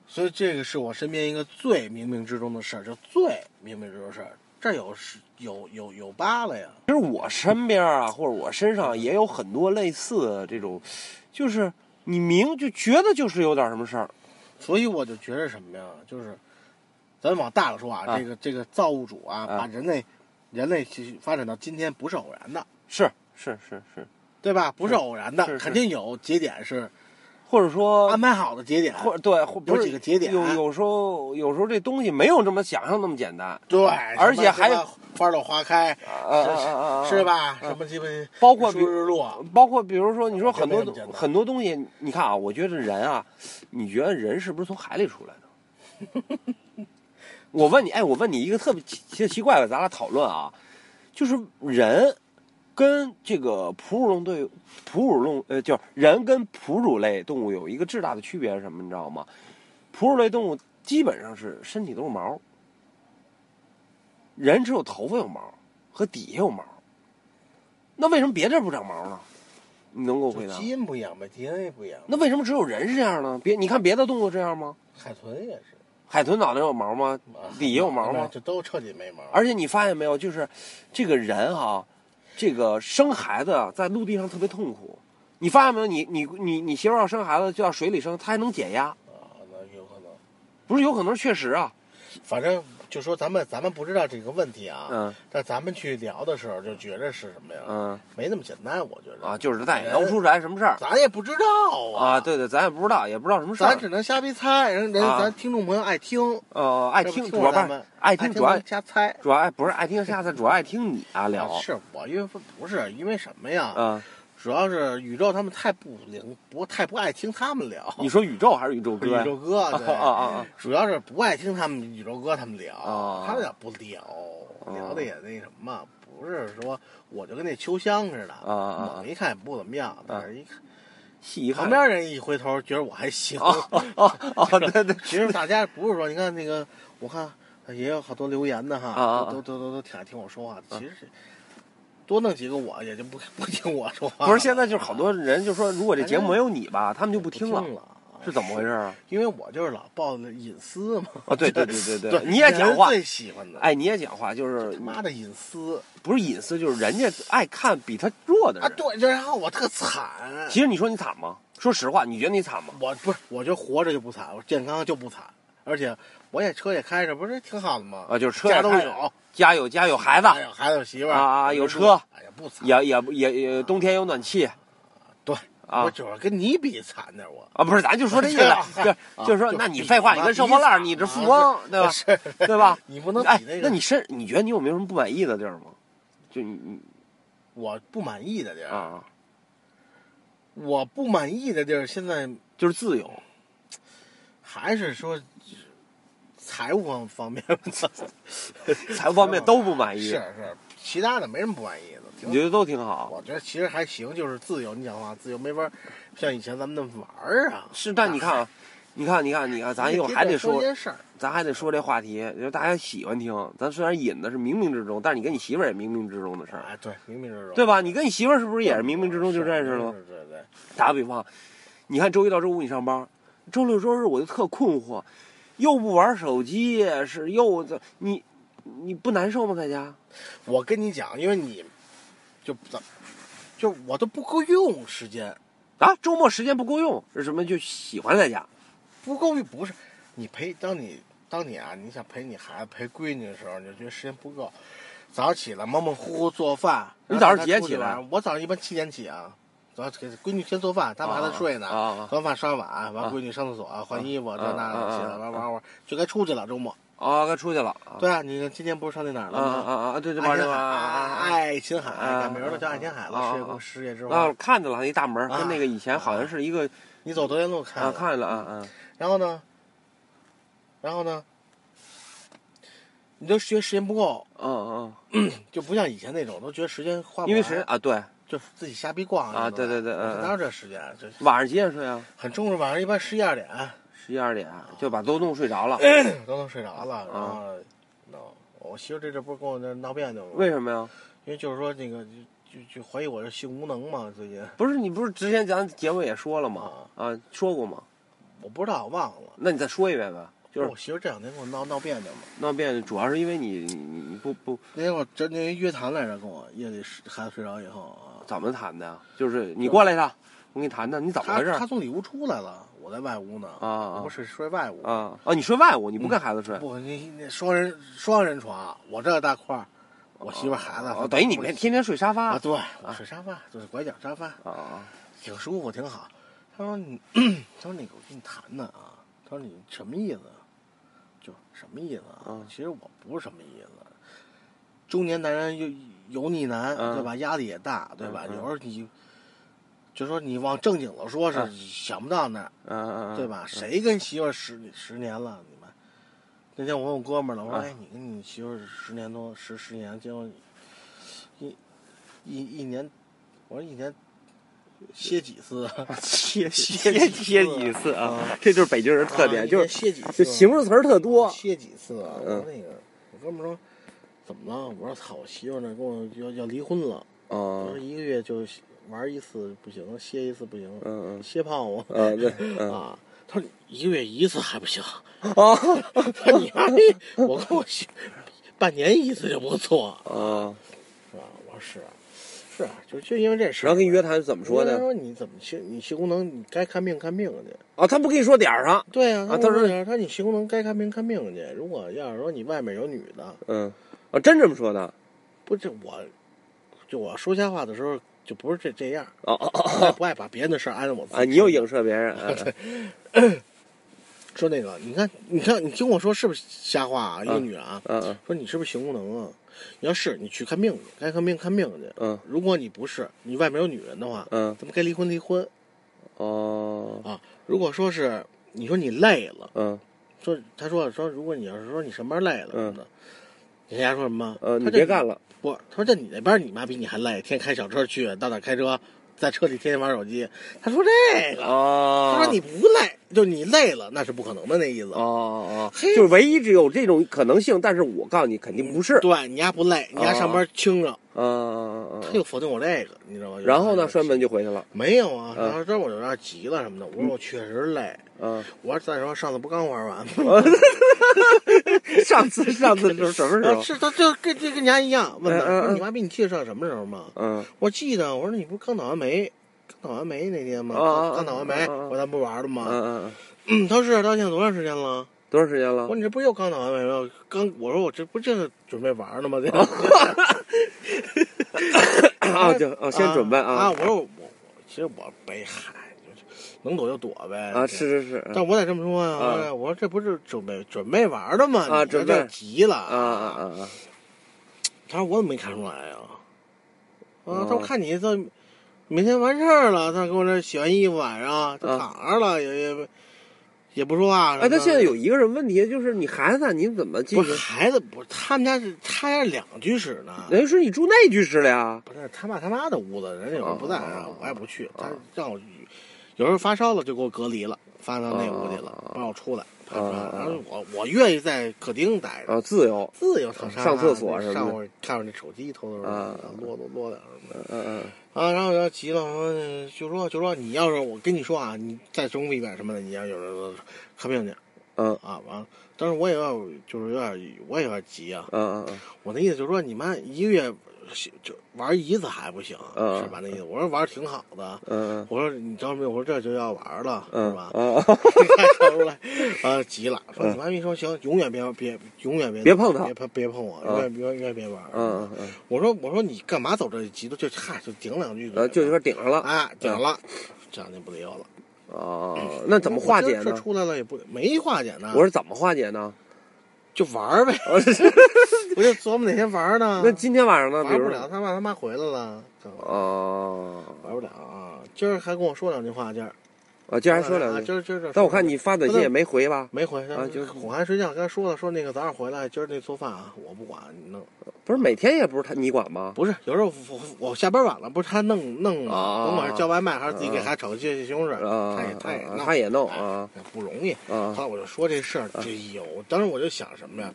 Speaker 4: 所以这个是我身边一个最冥冥之中的事儿，就最冥冥之中的事儿。这有是有有有疤了呀，
Speaker 1: 其实我身边啊，或者我身上也有很多类似的这种，就是你明就觉得就是有点什么事儿，
Speaker 4: 所以我就觉着什么呀，就是，咱往大了说啊，
Speaker 1: 啊
Speaker 4: 这个这个造物主啊，
Speaker 1: 啊
Speaker 4: 把人类人类其实发展到今天不是偶然的，
Speaker 1: 是是是是，
Speaker 4: 对吧？不是偶然的，
Speaker 1: 是是
Speaker 4: 肯定有节点是
Speaker 1: 或者说
Speaker 4: 安排好的节点，
Speaker 1: 或者对，或不是
Speaker 4: 啊有几个节点
Speaker 1: 有有时候有时候这东西没有这么想象那么简单，
Speaker 4: 对，
Speaker 1: 而且还
Speaker 4: 什么花朵花开，
Speaker 1: 啊啊啊啊啊
Speaker 4: 是是吧？什么鸡巴，
Speaker 1: 包括比
Speaker 4: 日日落，
Speaker 1: 包括比如说你说很多
Speaker 4: 没那么简单
Speaker 1: 很多东西，你看啊，我觉得人啊，你觉得人是不是从海里出来的？ 我问你，哎，我问你一个特别奇奇奇怪的，咱俩讨论啊，就是人跟这个哺乳动物对哺乳动物呃，就是人跟哺乳类动物有一个质大的区别是什么？你知道吗？哺乳类动物基本上是身体都是毛，人只有头发有毛和底下有毛。那为什么别地儿不长毛呢？你能给我回
Speaker 4: 就
Speaker 1: 答吗？
Speaker 4: 基因不一样呗，DNA 不一样。
Speaker 1: 那为什么只有人是这样呢？别你看别的动物这样吗？
Speaker 4: 海豚也是，
Speaker 1: 海豚脑袋有毛吗？底下有毛吗？
Speaker 4: 啊 就都彻底没毛。
Speaker 1: 而且你发现没有，就是这个人哈、这个生孩子啊在陆地上特别痛苦。你发现没有？你你你你媳妇儿要生孩子就要水里生，她还能解压，
Speaker 4: 啊，那有可能。
Speaker 1: 不是有可能确实啊？
Speaker 4: 反正就说咱们咱们不知道这个问题啊，
Speaker 1: 嗯
Speaker 4: 但咱们去聊的时候就觉着是什么呀？
Speaker 1: 嗯
Speaker 4: 没那么简单，我觉着
Speaker 1: 啊，就是咱
Speaker 4: 哎
Speaker 1: 也聊不出来什么事儿
Speaker 4: 咱也不知道
Speaker 1: 啊，，对对，咱也不知道，也不知道什么事
Speaker 4: 咱
Speaker 1: 儿，
Speaker 4: 只能瞎逼猜，人人
Speaker 1: 啊
Speaker 4: 咱听众朋友爱听，
Speaker 1: 呃，爱听主要不
Speaker 4: 咱
Speaker 1: 是
Speaker 4: 们
Speaker 1: 爱
Speaker 4: 听
Speaker 1: 听，主要
Speaker 4: 咱瞎猜。
Speaker 1: 主要爱不是爱听下次，主要爱听你啊聊
Speaker 4: 啊，是我因为不不是因为什么呀？
Speaker 1: 嗯，
Speaker 4: 主要是宇宙他们太不灵，不太不爱听他们聊。
Speaker 1: 你说宇宙还是宇宙哥呀？
Speaker 4: 宇宙哥，
Speaker 1: 啊
Speaker 4: 对，
Speaker 1: 啊啊
Speaker 4: 主要是不爱听他们宇宙哥他们聊，
Speaker 1: 哦
Speaker 4: 他们俩不聊，
Speaker 1: 啊
Speaker 4: 聊的也那什么，不是说我就跟那秋香似的，
Speaker 1: 啊啊
Speaker 4: 猛一看也不怎么样，但是一看
Speaker 1: 啊！细一
Speaker 4: 旁
Speaker 1: 看
Speaker 4: 边人一回头，觉得我还行。
Speaker 1: 哦哦哦，对对，
Speaker 4: 其实大家不是说，你看那个，我看也有好多留言的哈，
Speaker 1: 啊啊啊啊
Speaker 4: 都都都都挺爱听我说话的。其实是多弄几个我，也就不不听我说话了。
Speaker 1: 不是现在就是好多人就说，如果这节目没有你吧，他们就不听
Speaker 4: 了，
Speaker 1: 了，是怎么回事？啊？
Speaker 4: 因为我就是老报隐私嘛。
Speaker 1: 啊，对对对对
Speaker 4: 对，
Speaker 1: 你也讲话
Speaker 4: 人，最喜欢的，
Speaker 1: 哎，你也讲话，就是
Speaker 4: 他妈的隐私
Speaker 1: 不是隐私，就是人家爱看比他弱的
Speaker 4: 啊！
Speaker 1: 人。
Speaker 4: 对，这让我特惨。
Speaker 1: 其实你说你惨吗？说实话，你觉得你惨吗？
Speaker 4: 我不是，我觉得活着就不惨，我健康就不惨，而且我也车也开着，不是挺好的吗？
Speaker 1: 啊，就是车
Speaker 4: 家
Speaker 1: 也
Speaker 4: 都
Speaker 1: 开
Speaker 4: 有，，
Speaker 1: 家有家有孩子，
Speaker 4: 还有孩子有媳妇儿
Speaker 1: 啊啊有车，
Speaker 4: 哎呀不惨，
Speaker 1: 也也也也冬天有暖气
Speaker 4: 对，
Speaker 1: 啊
Speaker 4: 我主要跟你比惨点儿我。啊
Speaker 1: 啊，不是，咱就 说这意 思，就就是说，那你废话，你跟收破烂，你这富翁， 对吧？
Speaker 4: 是，
Speaker 1: 对吧？
Speaker 4: 你不能
Speaker 1: 哎
Speaker 4: 比那，个。
Speaker 1: 那你身，你觉得你有没有什么不满意的地儿吗？就你你
Speaker 4: 我不满意的地儿，
Speaker 1: 啊，
Speaker 4: 我不满意的地儿，现在
Speaker 1: 就是自由，
Speaker 4: 还是说财务方方面
Speaker 1: 财务方面都不满意，
Speaker 4: 是是，其他的没什么不满意的。挺
Speaker 1: 你觉得都挺好。
Speaker 4: 我觉得其实还行，就是自由。你讲话自由没法儿像以前咱们那么玩儿啊。
Speaker 1: 是，但你看啊，你看，你看，你看，咱一会儿还得
Speaker 4: 说
Speaker 1: 说
Speaker 4: 一，件事儿，
Speaker 1: 咱还得说这话题，就是大家喜欢听。咱虽然引的是冥冥之中，但是你跟你媳妇儿也冥冥之中的事儿，
Speaker 4: 哎，对，冥冥之中，
Speaker 1: 啊对吧？你跟你媳妇儿是不是也是冥冥之中就认识了吗？
Speaker 4: 是？对对，
Speaker 1: 打个比方，你看周一到周五你上班，周六周日我就特困惑，又不玩手机，是又这你你不难受吗？在家
Speaker 4: 我跟你讲，因为你就怎，就我都不够用时间，
Speaker 1: 啊，周末时间不够用是什么？就喜欢在家
Speaker 4: 不够用不是你陪当你当你啊，你想陪你孩子陪闺女的时候，你就觉得时间不够。早上起来忙忙乎乎做饭，
Speaker 1: 你早上
Speaker 4: 然后
Speaker 1: 几点
Speaker 4: 她出去
Speaker 1: 起来
Speaker 4: 玩儿？我早上一般七点起啊，早上给闺女先做饭，他们还在睡呢。
Speaker 1: 啊啊啊
Speaker 4: 做完饭刷碗，完
Speaker 1: 啊
Speaker 4: 闺女上厕所、换衣服，这
Speaker 1: 啊
Speaker 4: 那
Speaker 1: 啊啊
Speaker 4: 的，起
Speaker 1: 啊
Speaker 4: 来玩玩玩，就该出去了。周末，
Speaker 1: 啊，该出去了啊
Speaker 4: 对啊，你今天不是上那哪儿了
Speaker 1: 啊啊啊
Speaker 4: 吗？
Speaker 1: 啊！对对，
Speaker 4: 爱
Speaker 1: 玩
Speaker 4: 琴
Speaker 1: 这
Speaker 4: 海，
Speaker 1: 玩啊啊！
Speaker 4: 爱琴海，
Speaker 1: 啊
Speaker 4: 改名了叫爱琴海
Speaker 1: 啊啊
Speaker 4: 了，世界
Speaker 1: 啊
Speaker 4: 公世界之
Speaker 1: 啊
Speaker 4: 花。，
Speaker 1: 看见了一大门，跟那个以前好像是一个
Speaker 4: 你走多远路看
Speaker 1: 啊，
Speaker 4: 了？
Speaker 1: 看见了啊
Speaker 4: 然后呢，然后呢，你都觉得时间不够，
Speaker 1: 啊嗯
Speaker 4: 就不像以前那种，都觉得时间花
Speaker 1: 嗯，
Speaker 4: 不
Speaker 1: 因为
Speaker 4: 完
Speaker 1: 谁啊？对，
Speaker 4: 就自己瞎逼逛
Speaker 1: 啊对对对嗯嗯
Speaker 4: 哪有这时间？就
Speaker 1: 晚上几点睡啊？
Speaker 4: 很重视，晚上一般十一二点
Speaker 1: 十一二点就把都弄睡着了，
Speaker 4: 都能睡着
Speaker 1: 啊
Speaker 4: 了，然后，no，我媳妇这阵不是跟我那闹别扭吗？
Speaker 1: 为什么呀？
Speaker 4: 因为就是说那个就就就怀疑我是性无能嘛，最近
Speaker 1: 不是你不是之前咱节目也说了吗？啊，说过吗？
Speaker 4: 我不知道，我忘了。
Speaker 1: 那你再说一遍呗，就是
Speaker 4: 我媳妇这两天跟我闹闹别扭嘛，
Speaker 1: 闹别扭，主要是因为你你你你不不
Speaker 4: 那天我真那天约谈来着，跟我夜里睡孩子睡着以后啊，
Speaker 1: 怎么谈的呀？就是你过来一趟，我跟你谈谈，你怎么
Speaker 4: 他
Speaker 1: 回事？
Speaker 4: 他从里屋出来了，我在外屋呢。
Speaker 1: 啊啊
Speaker 4: 我睡睡外屋。
Speaker 1: 啊啊！你睡外屋，你不跟孩子睡？
Speaker 4: 嗯不，你那双人双人床，我这大块儿，我媳妇儿孩子。
Speaker 1: 哦，等于你们天天睡沙发
Speaker 4: 啊？
Speaker 1: 啊
Speaker 4: 对，我睡沙发，就是拐角沙发，
Speaker 1: 啊
Speaker 4: 挺舒服，挺好。他说你， 他说那个我跟你谈谈啊。他说你什么意思？就什么意思啊
Speaker 1: 嗯？
Speaker 4: 其实我不是什么意思。中年男人又油腻男，
Speaker 1: 嗯
Speaker 4: 对吧？压力也大，对吧？
Speaker 1: 嗯嗯
Speaker 4: 有时候你就说你往正经了说，是
Speaker 1: 嗯
Speaker 4: 想不到那儿。
Speaker 1: 嗯嗯，
Speaker 4: 对吧？谁跟媳妇儿十十年了？你们那天我问我哥们儿了，我说：“
Speaker 1: 啊
Speaker 4: 哎，你跟你媳妇儿十年多十十年，结果一一一年，我说一年歇几次啊？
Speaker 1: 歇
Speaker 4: 歇
Speaker 1: 歇
Speaker 4: 歇
Speaker 1: 歇
Speaker 4: 几
Speaker 1: 几
Speaker 4: 次
Speaker 1: 次
Speaker 4: 啊
Speaker 1: 啊？这就是北京人 特
Speaker 4: 啊
Speaker 1: 点，
Speaker 4: 一
Speaker 1: 就
Speaker 4: 年
Speaker 1: 是
Speaker 4: 歇几次啊，
Speaker 1: 就形容词儿特多。
Speaker 4: 歇几次啊？”我
Speaker 1: 嗯
Speaker 4: 说那个，我哥们儿说。怎么了？我说操，我媳妇儿呢跟我要要离婚了。我说
Speaker 1: 嗯
Speaker 4: 一个月就玩一次不行，歇一次不行，
Speaker 1: 嗯
Speaker 4: 歇胖我、
Speaker 1: 嗯 嗯对嗯
Speaker 4: 啊。他说一个月一次还不行，
Speaker 1: 啊
Speaker 4: 他 你妈逼，
Speaker 1: 哦
Speaker 4: 我跟我媳妇半年一次就不错，
Speaker 1: 啊
Speaker 4: 是吧？我说是啊，是啊，就就因为这事儿。
Speaker 1: 然后跟约谈怎么说
Speaker 4: 他
Speaker 1: 呢？
Speaker 4: 说你怎么性你性功能你该看病看病去。
Speaker 1: 啊，他不跟你说点儿上，
Speaker 4: 对呀、
Speaker 1: 啊
Speaker 4: 他
Speaker 1: 他说
Speaker 4: 他说你性功能该看病看病去。如果要是说你外面有女的，
Speaker 1: 嗯，啊，真这么说的？
Speaker 4: 不是我，就我说瞎话的时候就不是这这样，
Speaker 1: 哦哦哦
Speaker 4: 我也不爱把别人的事儿安我自己。
Speaker 1: 啊，你又影射别人， 啊
Speaker 4: 说那个，你看你看你听我说是不是瞎话啊？一个
Speaker 1: 嗯
Speaker 4: 女人啊，
Speaker 1: 嗯嗯
Speaker 4: 说你是不是性功能啊？你要是你去看病去，该看病看病去。
Speaker 1: 嗯
Speaker 4: 如果你不是，你外面有女人的话，
Speaker 1: 嗯，
Speaker 4: 咱们该离婚离婚
Speaker 1: 哦，
Speaker 4: 啊。如果说是你说你累了，
Speaker 1: 嗯，
Speaker 4: 说他说说如果你要是说你上班累了什么的，人家说什么？
Speaker 1: 呃，你
Speaker 4: 他
Speaker 1: 别
Speaker 4: 这
Speaker 1: 干了，
Speaker 4: 不，他说这你那边你妈比你还累，天天开小车去，到哪儿开车，在车里天天玩手机。他说这个，
Speaker 1: 哦，
Speaker 4: 他说你不累，就你累了那是不可能的那意思。
Speaker 1: 哦哦哦，
Speaker 4: 嘿
Speaker 1: 就是唯一只有这种可能性，但是我告诉你，肯定不是，啊
Speaker 4: 对你丫不累，你丫上班轻着，
Speaker 1: 啊啊
Speaker 4: 他
Speaker 1: 啊
Speaker 4: 就否定我这个，你知道吗？
Speaker 1: 然后呢，
Speaker 4: 就是
Speaker 1: 摔门就回去了，
Speaker 4: 没有啊，
Speaker 1: 嗯
Speaker 4: 然后这我就有点急了什么的，我说我确实累，
Speaker 1: 啊，
Speaker 4: 我说再说上次不刚玩完吗？
Speaker 1: 上次上次嗯是什么时
Speaker 4: 啊
Speaker 1: 候？
Speaker 4: 是他就跟这跟人家一样问他，
Speaker 1: 嗯嗯嗯
Speaker 4: 说你妈逼你记得上什么时候吗？
Speaker 1: 嗯
Speaker 4: 我记得，我说你不是刚打完煤，刚打完煤那天吗？
Speaker 1: 啊啊啊
Speaker 4: 刚刚打完煤，
Speaker 1: 啊啊啊
Speaker 4: 我咱不玩了
Speaker 1: 嗯嗯
Speaker 4: 吗？
Speaker 1: 嗯，嗯
Speaker 4: 嗯，他是到现在多长时间了？
Speaker 1: 多长时间
Speaker 4: 我
Speaker 1: 了
Speaker 4: 说？你这不又刚打完煤吗？刚我说我这不正准备玩呢吗？这
Speaker 1: 嗯 啊，就哦，先准备
Speaker 4: 啊！啊
Speaker 1: 啊
Speaker 4: 我说我我其实我北海就是能躲就躲呗
Speaker 1: 啊，。是是是，
Speaker 4: 但我得这么说呀、
Speaker 1: 啊
Speaker 4: 我说我说这不是准备准备玩的吗？
Speaker 1: 啊
Speaker 4: 你这
Speaker 1: 准备
Speaker 4: 就急了
Speaker 1: 啊啊啊！啊，
Speaker 4: 他说我怎么没看出来呀、啊？
Speaker 1: 哦
Speaker 4: 他说我看你这每天完事儿了，他跟我这洗完衣服晚上就躺着了，也也不也不说话。
Speaker 1: 啊哎，但现在有一个人问题，就是你孩子你怎么进
Speaker 4: 不
Speaker 1: 去
Speaker 4: 是？孩子不是他们家是他家是两居室呢，
Speaker 1: 人家说你住那居室了呀？
Speaker 4: 不是他爸他妈的屋子，人家有时候不在啊
Speaker 1: 哦，
Speaker 4: 我也不去，他
Speaker 1: 哦
Speaker 4: 让我有时候发烧了就给我隔离了，发到那屋去了，
Speaker 1: 哦
Speaker 4: 不让我出来。他
Speaker 1: 哦
Speaker 4: 说
Speaker 1: 哦
Speaker 4: 然后我我愿意在客厅待着。
Speaker 1: 啊，自由，
Speaker 4: 自由躺沙发
Speaker 1: 上厕所什么的
Speaker 4: 上会儿看会儿那手机，偷偷地
Speaker 1: 啊
Speaker 4: 落落落两什么的。
Speaker 1: 嗯嗯
Speaker 4: 啊，然后我要急了，我说就说就说你要是我跟你说啊，你再中一遍什么的，你要有人看病去
Speaker 1: 嗯
Speaker 4: 啊，完了。但是我也要就是有点，我也有点急啊。
Speaker 1: 嗯嗯
Speaker 4: 我那意思就是说，你妈一个月就玩一次还不行，
Speaker 1: 嗯
Speaker 4: 是吧？那意思，我说玩儿挺好的。
Speaker 1: 嗯
Speaker 4: 我说你知道没有？我说这就要玩儿了，
Speaker 1: 嗯
Speaker 4: 是吧？
Speaker 1: 嗯，
Speaker 4: 看出来，啊，急了，说
Speaker 1: 嗯
Speaker 4: 你妈咪说行，永远别别，永远别
Speaker 1: 别碰他
Speaker 4: 别碰别碰我，
Speaker 1: 嗯
Speaker 4: 永远别永远别玩儿。
Speaker 1: 嗯嗯
Speaker 4: 我说我说你干嘛走这急的？就嗨，就顶两句嘴
Speaker 1: 嗯，
Speaker 4: 吧，
Speaker 1: 就有点顶上了
Speaker 4: 啊，顶了，这两天不得要了。
Speaker 1: 哦，那怎么化解
Speaker 4: 我这
Speaker 1: 呢
Speaker 4: 这？出来了也不没化解呢，
Speaker 1: 我说怎么化解呢？
Speaker 4: 就玩儿呗， 我就琢磨哪天玩儿呢。
Speaker 1: 那今天晚上呢？比
Speaker 4: 玩
Speaker 1: 如
Speaker 4: 不了，他爸他妈回来了，
Speaker 1: 哦
Speaker 4: 玩不了啊。今儿还跟我说两句话，今儿
Speaker 1: 啊，今儿还说两
Speaker 4: 啊今
Speaker 1: 句，
Speaker 4: 儿今儿这。
Speaker 1: 但我看你发短信也没回吧？
Speaker 4: 没回
Speaker 1: 啊就是
Speaker 4: 哄孩子睡觉，跟他说了，说那个早上回来，今儿那做饭啊，我不管你弄。
Speaker 1: 不是每天也不是他你管吗？
Speaker 4: 不是，有时候我我我下班晚了，不是他弄弄的，
Speaker 1: 啊
Speaker 4: 甭管是叫外卖还是自己给孩子炒个西西西红柿，
Speaker 1: 啊
Speaker 4: 他也他也弄
Speaker 1: 他也弄啊
Speaker 4: 哎不容易。后
Speaker 1: 啊
Speaker 4: 来我就说这事儿，哎呦，当时我就想什么呀？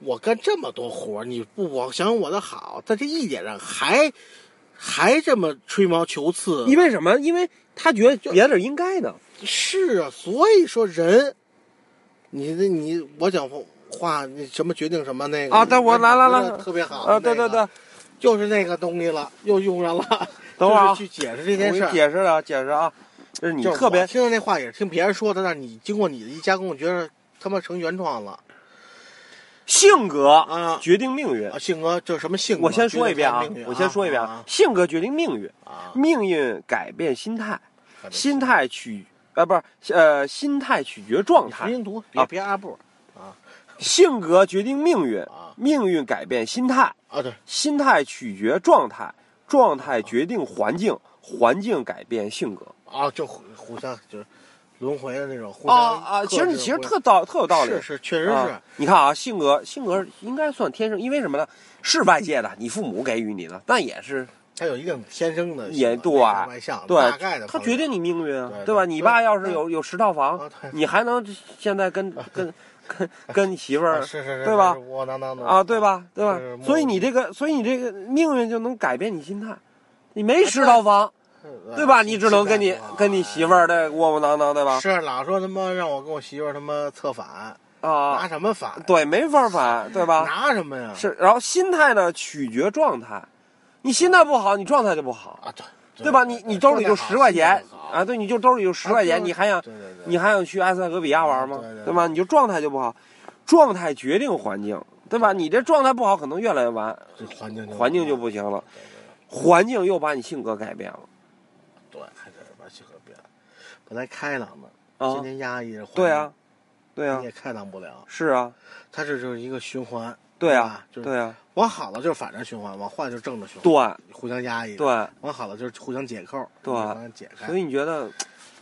Speaker 4: 我干这么多活儿，你不我想我的好，在这一点上还还这么吹毛求疵，
Speaker 1: 因为什么？因为他觉得别人应该的。
Speaker 4: 是啊，所以说人，你这你我讲话，你什么决定什么那个
Speaker 1: 啊对我来来
Speaker 4: 你觉得
Speaker 1: 来
Speaker 4: 特别好
Speaker 1: 啊对
Speaker 4: 那个
Speaker 1: 对对
Speaker 4: 就是那个东西了，又用上了。
Speaker 1: 等会儿啊
Speaker 4: 就是去解释这件事儿。
Speaker 1: 释啊，解释啊，就是你
Speaker 4: 就是我听的那话也是听别人说的，但是你经过你的一加工，我觉得他妈成原创了
Speaker 1: 性格
Speaker 4: 啊
Speaker 1: 决定命运
Speaker 4: 啊！性格就是什么性格？
Speaker 1: 我先说一遍啊
Speaker 4: 决定他命运，
Speaker 1: 我先说一遍
Speaker 4: 啊！
Speaker 1: 性格决定命运，
Speaker 4: 啊，
Speaker 1: 命运改变心态，
Speaker 4: 啊
Speaker 1: 心态取呃不是呃心态取决状
Speaker 4: 重
Speaker 1: 态，
Speaker 4: 新读，别
Speaker 1: 啊
Speaker 4: 别阿布啊
Speaker 1: 性格决定命运
Speaker 4: 啊，
Speaker 1: 命运改变心态，
Speaker 4: 啊！对，
Speaker 1: 心态取决状态，状态决定环境，环境改变性格。
Speaker 4: 啊，就互互相就是轮回的那种互相
Speaker 1: 啊啊，其实
Speaker 4: 克
Speaker 1: 你
Speaker 4: 制
Speaker 1: 其实
Speaker 4: 互
Speaker 1: 特道特有道理，
Speaker 4: 是是确实是
Speaker 1: 啊。你看啊，性格性格应该算天生，因为什么呢？是外界的，你父母给予你的，但也是
Speaker 4: 他有一定天生的
Speaker 1: 也
Speaker 4: 性格
Speaker 1: 对
Speaker 4: 内向外向，
Speaker 1: 对
Speaker 4: 啊大概的，
Speaker 1: 他决定你命运啊
Speaker 4: 对，
Speaker 1: 对吧？
Speaker 4: 对
Speaker 1: 你
Speaker 4: 对
Speaker 1: 爸要是有有十套房
Speaker 4: 啊对，
Speaker 1: 你还能现在 跟跟跟跟你媳妇
Speaker 4: 啊
Speaker 1: 儿，
Speaker 4: 是是是，
Speaker 1: 对吧
Speaker 4: 是窝窝囊囊的
Speaker 1: 啊，对？吧？对吧
Speaker 4: 是？
Speaker 1: 所以你这个，所以你这个命运就能改变你心态。你没
Speaker 4: 啊
Speaker 1: 十套房，对
Speaker 4: 嗯
Speaker 1: 吧？你只能跟你跟你媳妇儿的窝窝囊囊，对吧？
Speaker 4: 是老说他妈让我跟我媳妇儿他妈策反，拿
Speaker 1: 啊，
Speaker 4: 什么反？
Speaker 1: 对，没法反，对吧？
Speaker 4: 拿什么呀？
Speaker 1: 是，然后心态呢取决状态，你心态不好，你状态就不好，
Speaker 4: 啊，对
Speaker 1: 对吧？你你兜里就十块钱啊，
Speaker 4: 啊，
Speaker 1: 对，你就兜里就十块
Speaker 4: 啊
Speaker 1: 钱，
Speaker 4: 对
Speaker 1: 你还想
Speaker 4: 对对对
Speaker 1: 你还想去埃塞俄比亚玩吗
Speaker 4: 对对？对
Speaker 1: 对吧？你就状态就不好，状态决定环境，对吧？你这状态不好，可能越来越完，
Speaker 4: 这环境
Speaker 1: 环境就不行了，环境又把你性格改变了。
Speaker 4: 对，还得把性格变了。本来开朗的，
Speaker 1: 啊
Speaker 4: 今天压抑着，
Speaker 1: 对啊，，对啊
Speaker 4: 你，也开朗不了。
Speaker 1: 是啊，
Speaker 4: 它这就是一个循环，
Speaker 1: 对啊
Speaker 4: 吧，就是
Speaker 1: 对啊，
Speaker 4: 往好了就是反着循环，往坏就是正着循环，
Speaker 1: 对
Speaker 4: 互相压抑，，
Speaker 1: 对。
Speaker 4: 往好了就是互相解扣，
Speaker 1: 对
Speaker 4: 互相解开。
Speaker 1: 所以你觉得，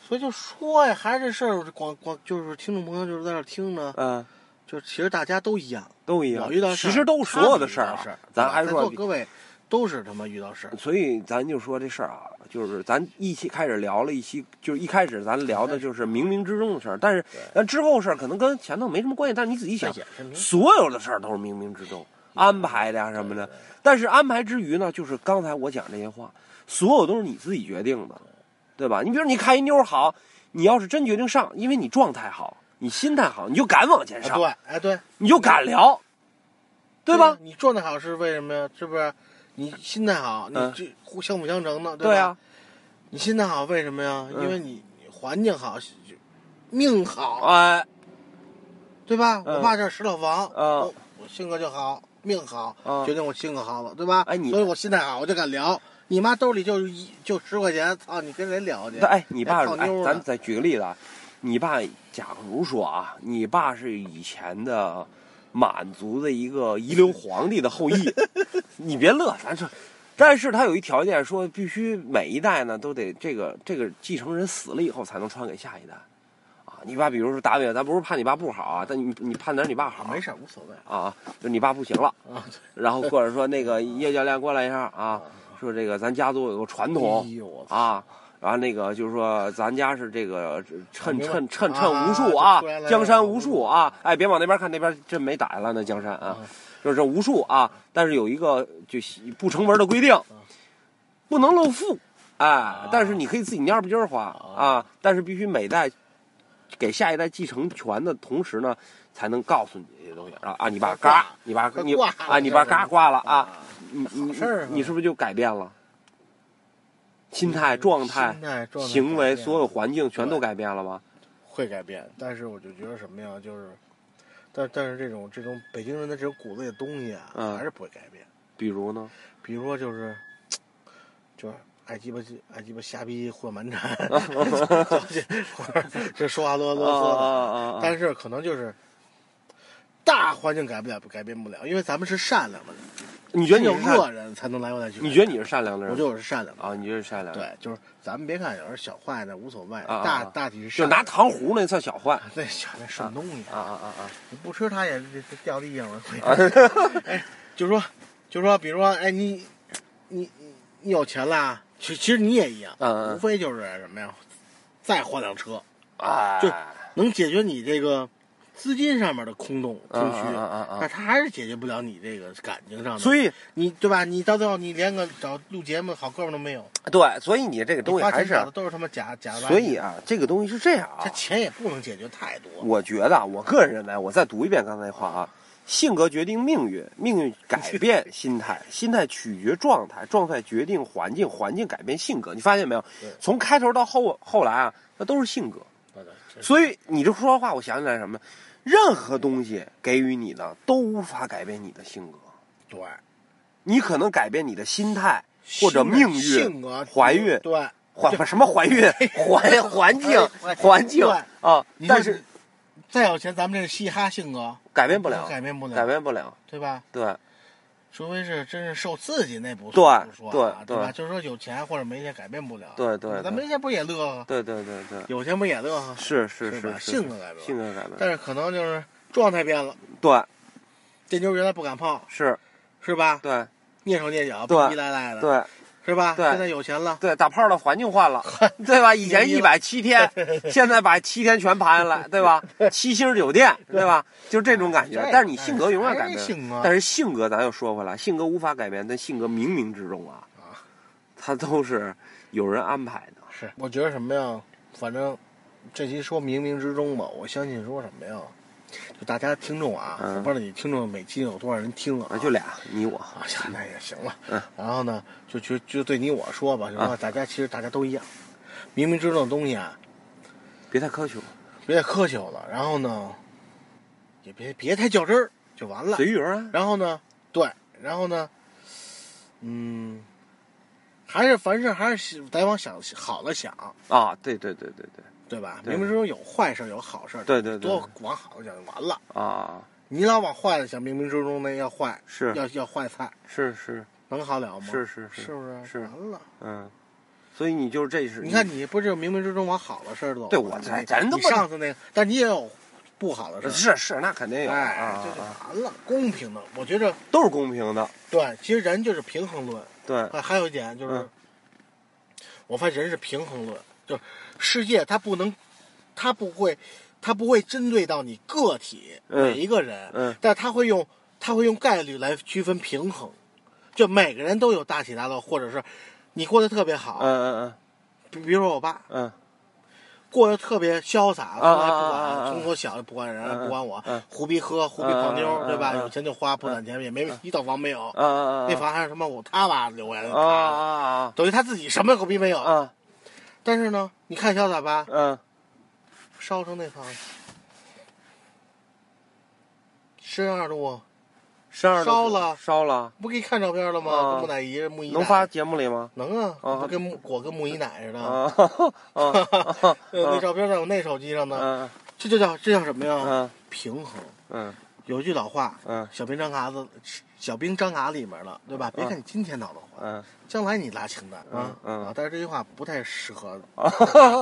Speaker 4: 所以就说呀，还是这事儿，光光就是听众朋友就是在那儿听呢，
Speaker 1: 嗯，
Speaker 4: 就其实大家都一样，
Speaker 1: 都一样
Speaker 4: 我遇到，事儿
Speaker 1: 其实都是所有的事儿
Speaker 4: 他们
Speaker 1: 啊
Speaker 4: 遇到事儿，
Speaker 1: 咱还
Speaker 4: 在
Speaker 1: 说
Speaker 4: 座，各位都是他妈遇到事儿，
Speaker 1: 所以咱就说这事儿啊，就是咱一期开始聊了一期，就是一开始咱聊的就是冥冥之中的事儿，但是咱之后事儿可能跟前头没什么关系，但是你仔细想
Speaker 4: 但也是冥，冥
Speaker 1: 所有的事儿都是冥冥之中安排的呀、什么的。但是安排之余呢，就是刚才我讲这些话，所有都是你自己决定的，对吧？你比如你看一妞儿好，你要是真决定上，因为你状态好，你心态好，你就敢往前
Speaker 4: 哎
Speaker 1: 上，
Speaker 4: 对，哎对，
Speaker 1: 你就敢聊，对吧？
Speaker 4: 你状态好是为什么呀？是不是？你心态好，你
Speaker 1: 嗯
Speaker 4: 这互相辅相成的，
Speaker 1: 对
Speaker 4: 吧？
Speaker 1: 啊，
Speaker 4: 你心态好为什么呀？
Speaker 1: 嗯
Speaker 4: 因为你你环境好，就命好，
Speaker 1: 哎，
Speaker 4: 对吧？
Speaker 1: 嗯
Speaker 4: 我爸这石老房，
Speaker 1: 嗯
Speaker 4: 我我性格就好，命好，
Speaker 1: 嗯
Speaker 4: 决定我性格好了，对吧？
Speaker 1: 哎你
Speaker 4: 所以我心态好，我就敢聊。你妈兜里就一就十块钱，操，你跟谁聊去？
Speaker 1: 那哎，你爸
Speaker 4: 泡
Speaker 1: 哎
Speaker 4: 妞，呢
Speaker 1: 咱再举个例子啊，你爸，假如说啊，你爸是以前的满族的一个遗留皇帝的后 裔，你别乐，咱说，但是他有一条件，说必须每一代呢都得这个这个继承人死了以后才能传给下一代。啊，你爸，比如说打比方，咱不是判你爸不好啊，但你你判点你爸好，
Speaker 4: 没事儿，无所谓
Speaker 1: 啊，就你爸不行了，
Speaker 4: 啊。
Speaker 1: 然后或者说那个叶教练过来一下啊，说这个咱家族有个传统，
Speaker 4: 哎呦我操！
Speaker 1: 啊，然后那个就是说，咱家是这个趁
Speaker 4: 明白
Speaker 1: 趁趁
Speaker 4: 啊
Speaker 1: 趁无数
Speaker 4: 就
Speaker 1: 啊
Speaker 4: 出来，了嗯
Speaker 1: 江山无数啊，哎，别往那边看，那边真没打下来呢，江山啊，就是无数啊，但是有一个就不成文的规定，
Speaker 4: 嗯
Speaker 1: 不能露富，
Speaker 4: 啊
Speaker 1: 哎，但是你可以自己蔫不筋儿花啊，但是必须每代给下一代继承权的同时呢，才能告诉你这些东西，然后啊，你爸嘎，你爸
Speaker 4: 快
Speaker 1: 你
Speaker 4: 挂
Speaker 1: 啊，
Speaker 4: 了
Speaker 1: 你爸
Speaker 4: 这
Speaker 1: 嘎
Speaker 4: 是
Speaker 1: 挂了啊，你你
Speaker 4: 好事儿啊
Speaker 1: 你是不是就改变了？心态、状态
Speaker 4: 心、态、状态
Speaker 1: 行
Speaker 4: 改
Speaker 1: 为，
Speaker 4: 变
Speaker 1: 所有环境全都改变了吗？
Speaker 4: 会改变，但是我就觉得什么呀，就是，但但是这种这种北京人的这种骨子里的东西啊，
Speaker 1: 嗯
Speaker 4: 还是不会改变。
Speaker 1: 比如呢？
Speaker 4: 比如说就是，就是爱鸡巴爱鸡巴瞎逼混满 产，或者这说话啰啰嗦的，
Speaker 1: 啊
Speaker 4: 但是可能就是大环境改不了，改变不了，因为咱们是善良的人，
Speaker 1: 你觉得你
Speaker 4: 有
Speaker 1: 是善
Speaker 4: 恶人才能来回来去改变。
Speaker 1: 你觉得你是善良的人？
Speaker 4: 我就是善良的。
Speaker 1: 啊，你就是善良的，
Speaker 4: 对，就是咱们别看有时候小坏的无所谓，
Speaker 1: 啊啊
Speaker 4: 大
Speaker 1: 啊
Speaker 4: 大体是
Speaker 1: 就
Speaker 4: 善
Speaker 1: 拿
Speaker 4: 良的
Speaker 1: 糖葫芦那算小坏
Speaker 4: 那小那顺东西
Speaker 1: 啊啊啊啊！
Speaker 4: 你不吃它也这这掉地上了。 哎，就说就说，比如说，哎，你你你你有钱啦，其其实你也一样，
Speaker 1: 嗯嗯
Speaker 4: 无非就是什么呀，再换辆车，
Speaker 1: 哎，
Speaker 4: 就能解决你这个资金上面的空洞空虚，
Speaker 1: 嗯嗯嗯嗯嗯
Speaker 4: 但它还是解决不了你这个感情上的。
Speaker 1: 所以
Speaker 4: 你对吧？你到最后你连个找录节目的好哥们都没有，
Speaker 1: 对，所以你这个
Speaker 4: 你
Speaker 1: 东西
Speaker 4: 花
Speaker 1: 还
Speaker 4: 钱
Speaker 1: 是啊
Speaker 4: 找的都是他妈假假的吧唧。
Speaker 1: 所以啊，这个东西是这样啊
Speaker 4: 这，钱也不能解决太多。
Speaker 1: 我觉得啊，我个人认为，我再读一遍刚才那话啊，性格决定命运，命运改变心 态，心态取决状态，状态决定环境，环境改变性格。你发现没有
Speaker 4: 对？
Speaker 1: 从开头到后后来啊，那都是性格。所以你这说话，我想起来什么？任何东西给予你的都无法改变你的性格，
Speaker 4: 对，
Speaker 1: 你可能改变你的心态或者命运、
Speaker 4: 性格、
Speaker 1: 怀孕、
Speaker 4: 对。哎
Speaker 1: 环什么怀 孕、环环境、环境啊
Speaker 4: 你，
Speaker 1: 但
Speaker 4: 说
Speaker 1: 是
Speaker 4: 再有钱，咱们这嘻哈性格
Speaker 1: 改变不了，
Speaker 4: 改变不了，
Speaker 1: 改变不了，
Speaker 4: 对吧？
Speaker 1: 对。
Speaker 4: 除非是真是受刺激，那不
Speaker 1: 对
Speaker 4: 不说啊
Speaker 1: 对
Speaker 4: 对吧？
Speaker 1: 对
Speaker 4: 就是说有钱或者没钱改变不了，
Speaker 1: 对对
Speaker 4: 咱
Speaker 1: 对
Speaker 4: 没钱不也乐呵？
Speaker 1: 对对对对，
Speaker 4: 有钱不也乐呵？
Speaker 1: 是是
Speaker 4: 是吧
Speaker 1: 是，
Speaker 4: 性格改变
Speaker 1: 性格改变，
Speaker 4: 但是可能就是状态变了，
Speaker 1: 对，
Speaker 4: 这妞原来不敢碰，
Speaker 1: 是，
Speaker 4: 是吧？
Speaker 1: 对
Speaker 4: 蹑手蹑脚，逼
Speaker 1: 对
Speaker 4: 逼赖赖的，
Speaker 1: 对
Speaker 4: 是吧？
Speaker 1: 对
Speaker 4: 现在有钱了，
Speaker 1: 对，打炮的环境换了，对吧？以前一百七 天，现在把七天全盘下来，对吧？七星酒店，对吧？就这种感觉
Speaker 4: 哎这。
Speaker 1: 但是你性格永远
Speaker 4: 还是
Speaker 1: 改变
Speaker 4: 性格
Speaker 1: 不，但是性格咱又说回来，性格无法改变，但性格冥冥之中啊，它都是有人安排的。
Speaker 4: 是，我觉得什么呀？反正这期说冥冥之中吧，我相信说什么呀？就大家听众啊，
Speaker 1: 嗯
Speaker 4: 我不知道你听众每期有多少人听啊，
Speaker 1: 啊，就俩，你我，
Speaker 4: 啊，行那也行了。
Speaker 1: 嗯
Speaker 4: 然后呢，就就就对你我说吧，什么
Speaker 1: 啊
Speaker 4: 大家其实大家都一样，明明知道的东西啊，
Speaker 1: 别太苛求，
Speaker 4: 别太苛求了。然后呢，也别别太较真儿，就完了
Speaker 1: 随。遇而安。
Speaker 4: 然后呢，对，然后呢，嗯，还是凡事还是得往想好的想，
Speaker 1: 啊，对对对对对，
Speaker 4: 对吧？
Speaker 1: 对
Speaker 4: 明明知道有坏事有好事，
Speaker 1: 对对对
Speaker 4: 多往好的想就完了。
Speaker 1: 啊，
Speaker 4: 你老往坏的想，冥冥之中那要坏，
Speaker 1: 是
Speaker 4: 要要坏菜，
Speaker 1: 是是，
Speaker 4: 能好了吗？
Speaker 1: 是是是
Speaker 4: 是不是？
Speaker 1: 是
Speaker 4: 完了。
Speaker 1: 嗯，所以你就是这是
Speaker 4: 你看，你不是冥冥之中往好的事儿走吗？
Speaker 1: 对我咱咱都
Speaker 4: 你
Speaker 1: 不
Speaker 4: 上次那个，但你也有不好的事
Speaker 1: 是是那肯定
Speaker 4: 儿，
Speaker 1: 有
Speaker 4: 哎
Speaker 1: 啊，，
Speaker 4: 这就
Speaker 1: 啊
Speaker 4: 完了，公平的。我觉着
Speaker 1: 都是公平的，
Speaker 4: 对，其实人就是平衡论。
Speaker 1: 对
Speaker 4: 啊，还有一点就是
Speaker 1: 嗯，
Speaker 4: 我发现人是平衡论，就是世界它不能，它不会，它不会针对到你个体
Speaker 1: 嗯
Speaker 4: 每一个人，
Speaker 1: 嗯
Speaker 4: 但它会用它会用概率来区分平衡，就每个人都有大起大落，或者是你过得特别好，
Speaker 1: 嗯嗯
Speaker 4: 比比如说我爸，
Speaker 1: 嗯嗯，
Speaker 4: 过得特别潇洒，从来不
Speaker 1: 啊啊啊啊
Speaker 4: 管，从我小就不管人，
Speaker 1: 嗯
Speaker 4: 不管我
Speaker 1: 嗯，
Speaker 4: 胡逼喝，胡逼泡妞，
Speaker 1: 嗯嗯嗯
Speaker 4: 对吧？
Speaker 1: 嗯嗯
Speaker 4: 有钱就花，不攒钱也没一套房没有，
Speaker 1: 啊啊
Speaker 4: 那房还是他妈我他爸留下来的
Speaker 1: 啊
Speaker 4: 卡，
Speaker 1: 啊
Speaker 4: 等于他自己什么狗逼没
Speaker 1: 啊
Speaker 4: 有。
Speaker 1: 啊
Speaker 4: 但是呢，你看潇洒吧，
Speaker 1: 嗯，
Speaker 4: 烧成那房，十二度，
Speaker 1: 十二
Speaker 4: 烧了
Speaker 1: 烧了，
Speaker 4: 不给你看照片了
Speaker 1: 啊
Speaker 4: 吗？跟木乃伊木一
Speaker 1: 能发节目里吗？
Speaker 4: 能啊，
Speaker 1: 啊
Speaker 4: 不跟木我跟木一奶似的，
Speaker 1: 啊 啊 啊
Speaker 4: 呃那照片在我那手机上呢，
Speaker 1: 嗯
Speaker 4: 这就叫这叫什么呀？
Speaker 1: 嗯
Speaker 4: 平衡。
Speaker 1: 嗯
Speaker 4: 有一句老话，
Speaker 1: 嗯
Speaker 4: 小兵张嘎子，小兵张嘎里面了，对吧？别看你今天闹得欢，
Speaker 1: 嗯，
Speaker 4: 将来你拉清单
Speaker 1: 啊
Speaker 4: 啊
Speaker 1: 嗯嗯
Speaker 4: 啊！但是这句话不太适合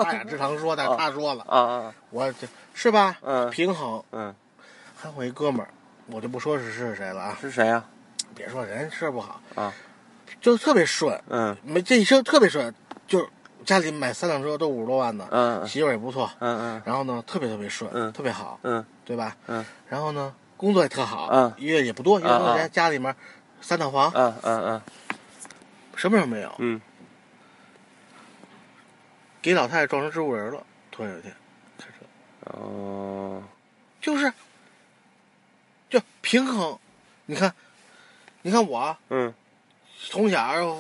Speaker 4: 大雅之堂 说，但是他说了，
Speaker 1: 啊啊
Speaker 4: 我这是吧？
Speaker 1: 嗯
Speaker 4: 平衡。
Speaker 1: 嗯，
Speaker 4: 还有一哥们儿，我就不说是是谁了啊，
Speaker 1: 是谁呀？
Speaker 4: 别说人事儿不好，
Speaker 1: 啊
Speaker 4: 就特别顺，
Speaker 1: 嗯
Speaker 4: 没这一生特别顺，就是家里买三辆车都五十多万呢，
Speaker 1: 嗯
Speaker 4: 媳妇儿也不错，
Speaker 1: 嗯嗯
Speaker 4: 然后呢特别特别顺，
Speaker 1: 嗯
Speaker 4: 特别好，
Speaker 1: 嗯
Speaker 4: 对吧？
Speaker 1: 嗯，
Speaker 4: 然后呢工作也特好，
Speaker 1: 嗯
Speaker 4: 一月也不多，一月多
Speaker 1: 嗯
Speaker 4: 钱，
Speaker 1: 嗯
Speaker 4: 家里面三套房，
Speaker 1: 嗯嗯
Speaker 4: 什么事儿没有，
Speaker 1: 嗯
Speaker 4: 给老太太撞成植物人了，拖下去，开车
Speaker 1: 嗯，哦，
Speaker 4: 就是就平衡，你看，你看我啊
Speaker 1: 嗯
Speaker 4: 从小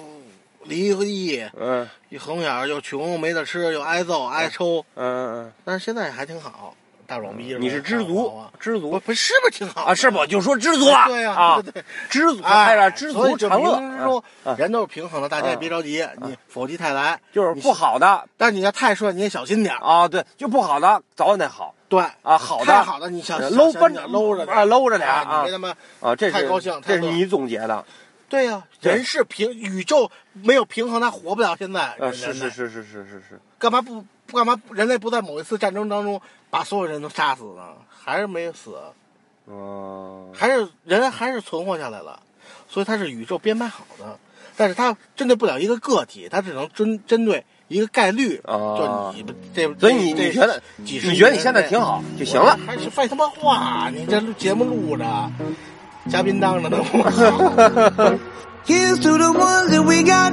Speaker 4: 离异，
Speaker 1: 嗯
Speaker 4: 从小又穷，没得吃，又挨揍挨抽，
Speaker 1: 嗯嗯
Speaker 4: 但是现在还挺好，大壮逼是吧，
Speaker 1: 你是知足
Speaker 4: 啊
Speaker 1: 知足
Speaker 4: 不不是不是挺好
Speaker 1: 啊，是
Speaker 4: 不？
Speaker 1: 不就说知足了？
Speaker 4: 对呀
Speaker 1: 啊
Speaker 4: 对对，
Speaker 1: 知足，哎
Speaker 4: 哎
Speaker 1: 呀，知
Speaker 4: 所以
Speaker 1: 足
Speaker 4: 就
Speaker 1: 常乐
Speaker 4: 明明说
Speaker 1: 啊啊
Speaker 4: 人都是平衡的，大家也别着急，你否极泰来，
Speaker 1: 就是
Speaker 4: 你
Speaker 1: 不。好的
Speaker 4: 但你要太顺，你也小心点儿
Speaker 1: 啊，对，就不好的早晚得好
Speaker 4: 对
Speaker 1: 啊，好
Speaker 4: 太
Speaker 1: 的
Speaker 4: 好的你小
Speaker 1: 呃
Speaker 4: 小
Speaker 1: 搂
Speaker 4: 小
Speaker 1: 奔
Speaker 4: 心点儿搂着点儿
Speaker 1: 啊搂着点儿
Speaker 4: 啊，
Speaker 1: 啊
Speaker 4: 你别他妈
Speaker 1: 啊，这是
Speaker 4: 太高兴太
Speaker 1: 这
Speaker 4: 乐
Speaker 1: 是你总结的，
Speaker 4: 对呀，
Speaker 1: 对
Speaker 4: 人是平宇宙没有平衡，他活不了现在。
Speaker 1: 呃，
Speaker 4: 人
Speaker 1: 是是
Speaker 4: 类，
Speaker 1: 是是是是是，
Speaker 4: 干嘛不干嘛不人类不在某一次战争当中把所有人都杀死呢？还是没死，
Speaker 1: 嗯，
Speaker 4: 还是人还是存活下来了，所以它是宇宙编排好的，但是它针对不了一个个体，它只能针针对一个概率。
Speaker 1: 啊
Speaker 4: 就你们这，
Speaker 1: 所以你
Speaker 4: 这
Speaker 1: 你觉得
Speaker 4: 几十
Speaker 1: 你觉得你现在挺好就行了
Speaker 4: 我还是废他妈话，你这录节目录着，嘉宾当着呢。
Speaker 5: Here's to the ones that we got.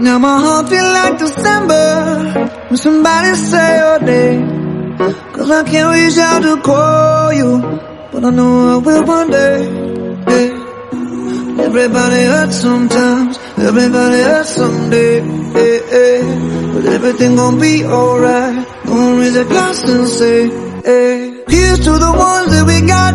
Speaker 5: Now my heart feel like December when somebody say your name. Cause I can't reach out to call you, but I know I will one day. Yeah. Everybody hurts sometimes, everybody hurts someday. Yeah, yeah. But everything gon' be alright. Gonna raise a glass and say, hey. Here's to the ones that we got.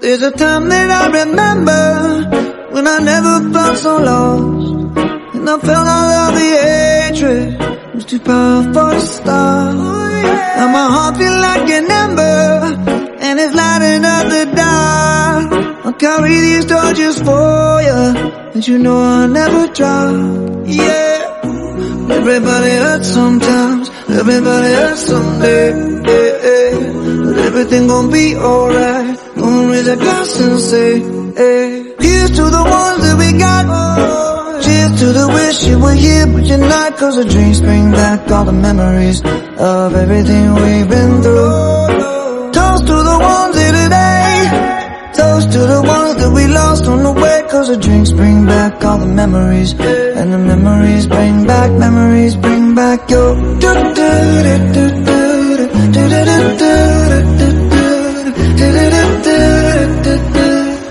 Speaker 5: There's a time that I remember when I never felt so lost. And I felt all of the hatred It was too powerful to stop. Now my heart feels like an ember and it's lighting up the dark. I'll carry these torches for you and you know I'll never drop. Yeah. Everybody hurts sometimes. Everybody hurts someday. eh, eh. But everything gon' be alright. Gonna raise a glass and say, hey. Here's to the ones that we got. Cheers to the wish you were here, but you're not. Cause the dreams bring back all the memories of everything we've been through. Toast to the ones here today. Toast to the ones that we lost on the way Cause the drinks bring back all the memories And the memories bring back, memories bring back your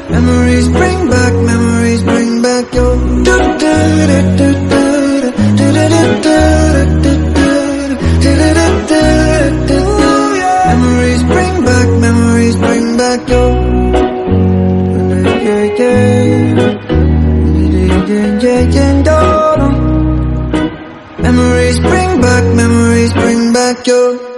Speaker 5: Memories bring back, memories bring back your Memories bring back, memories bring back your Memories bring back, memories bring back your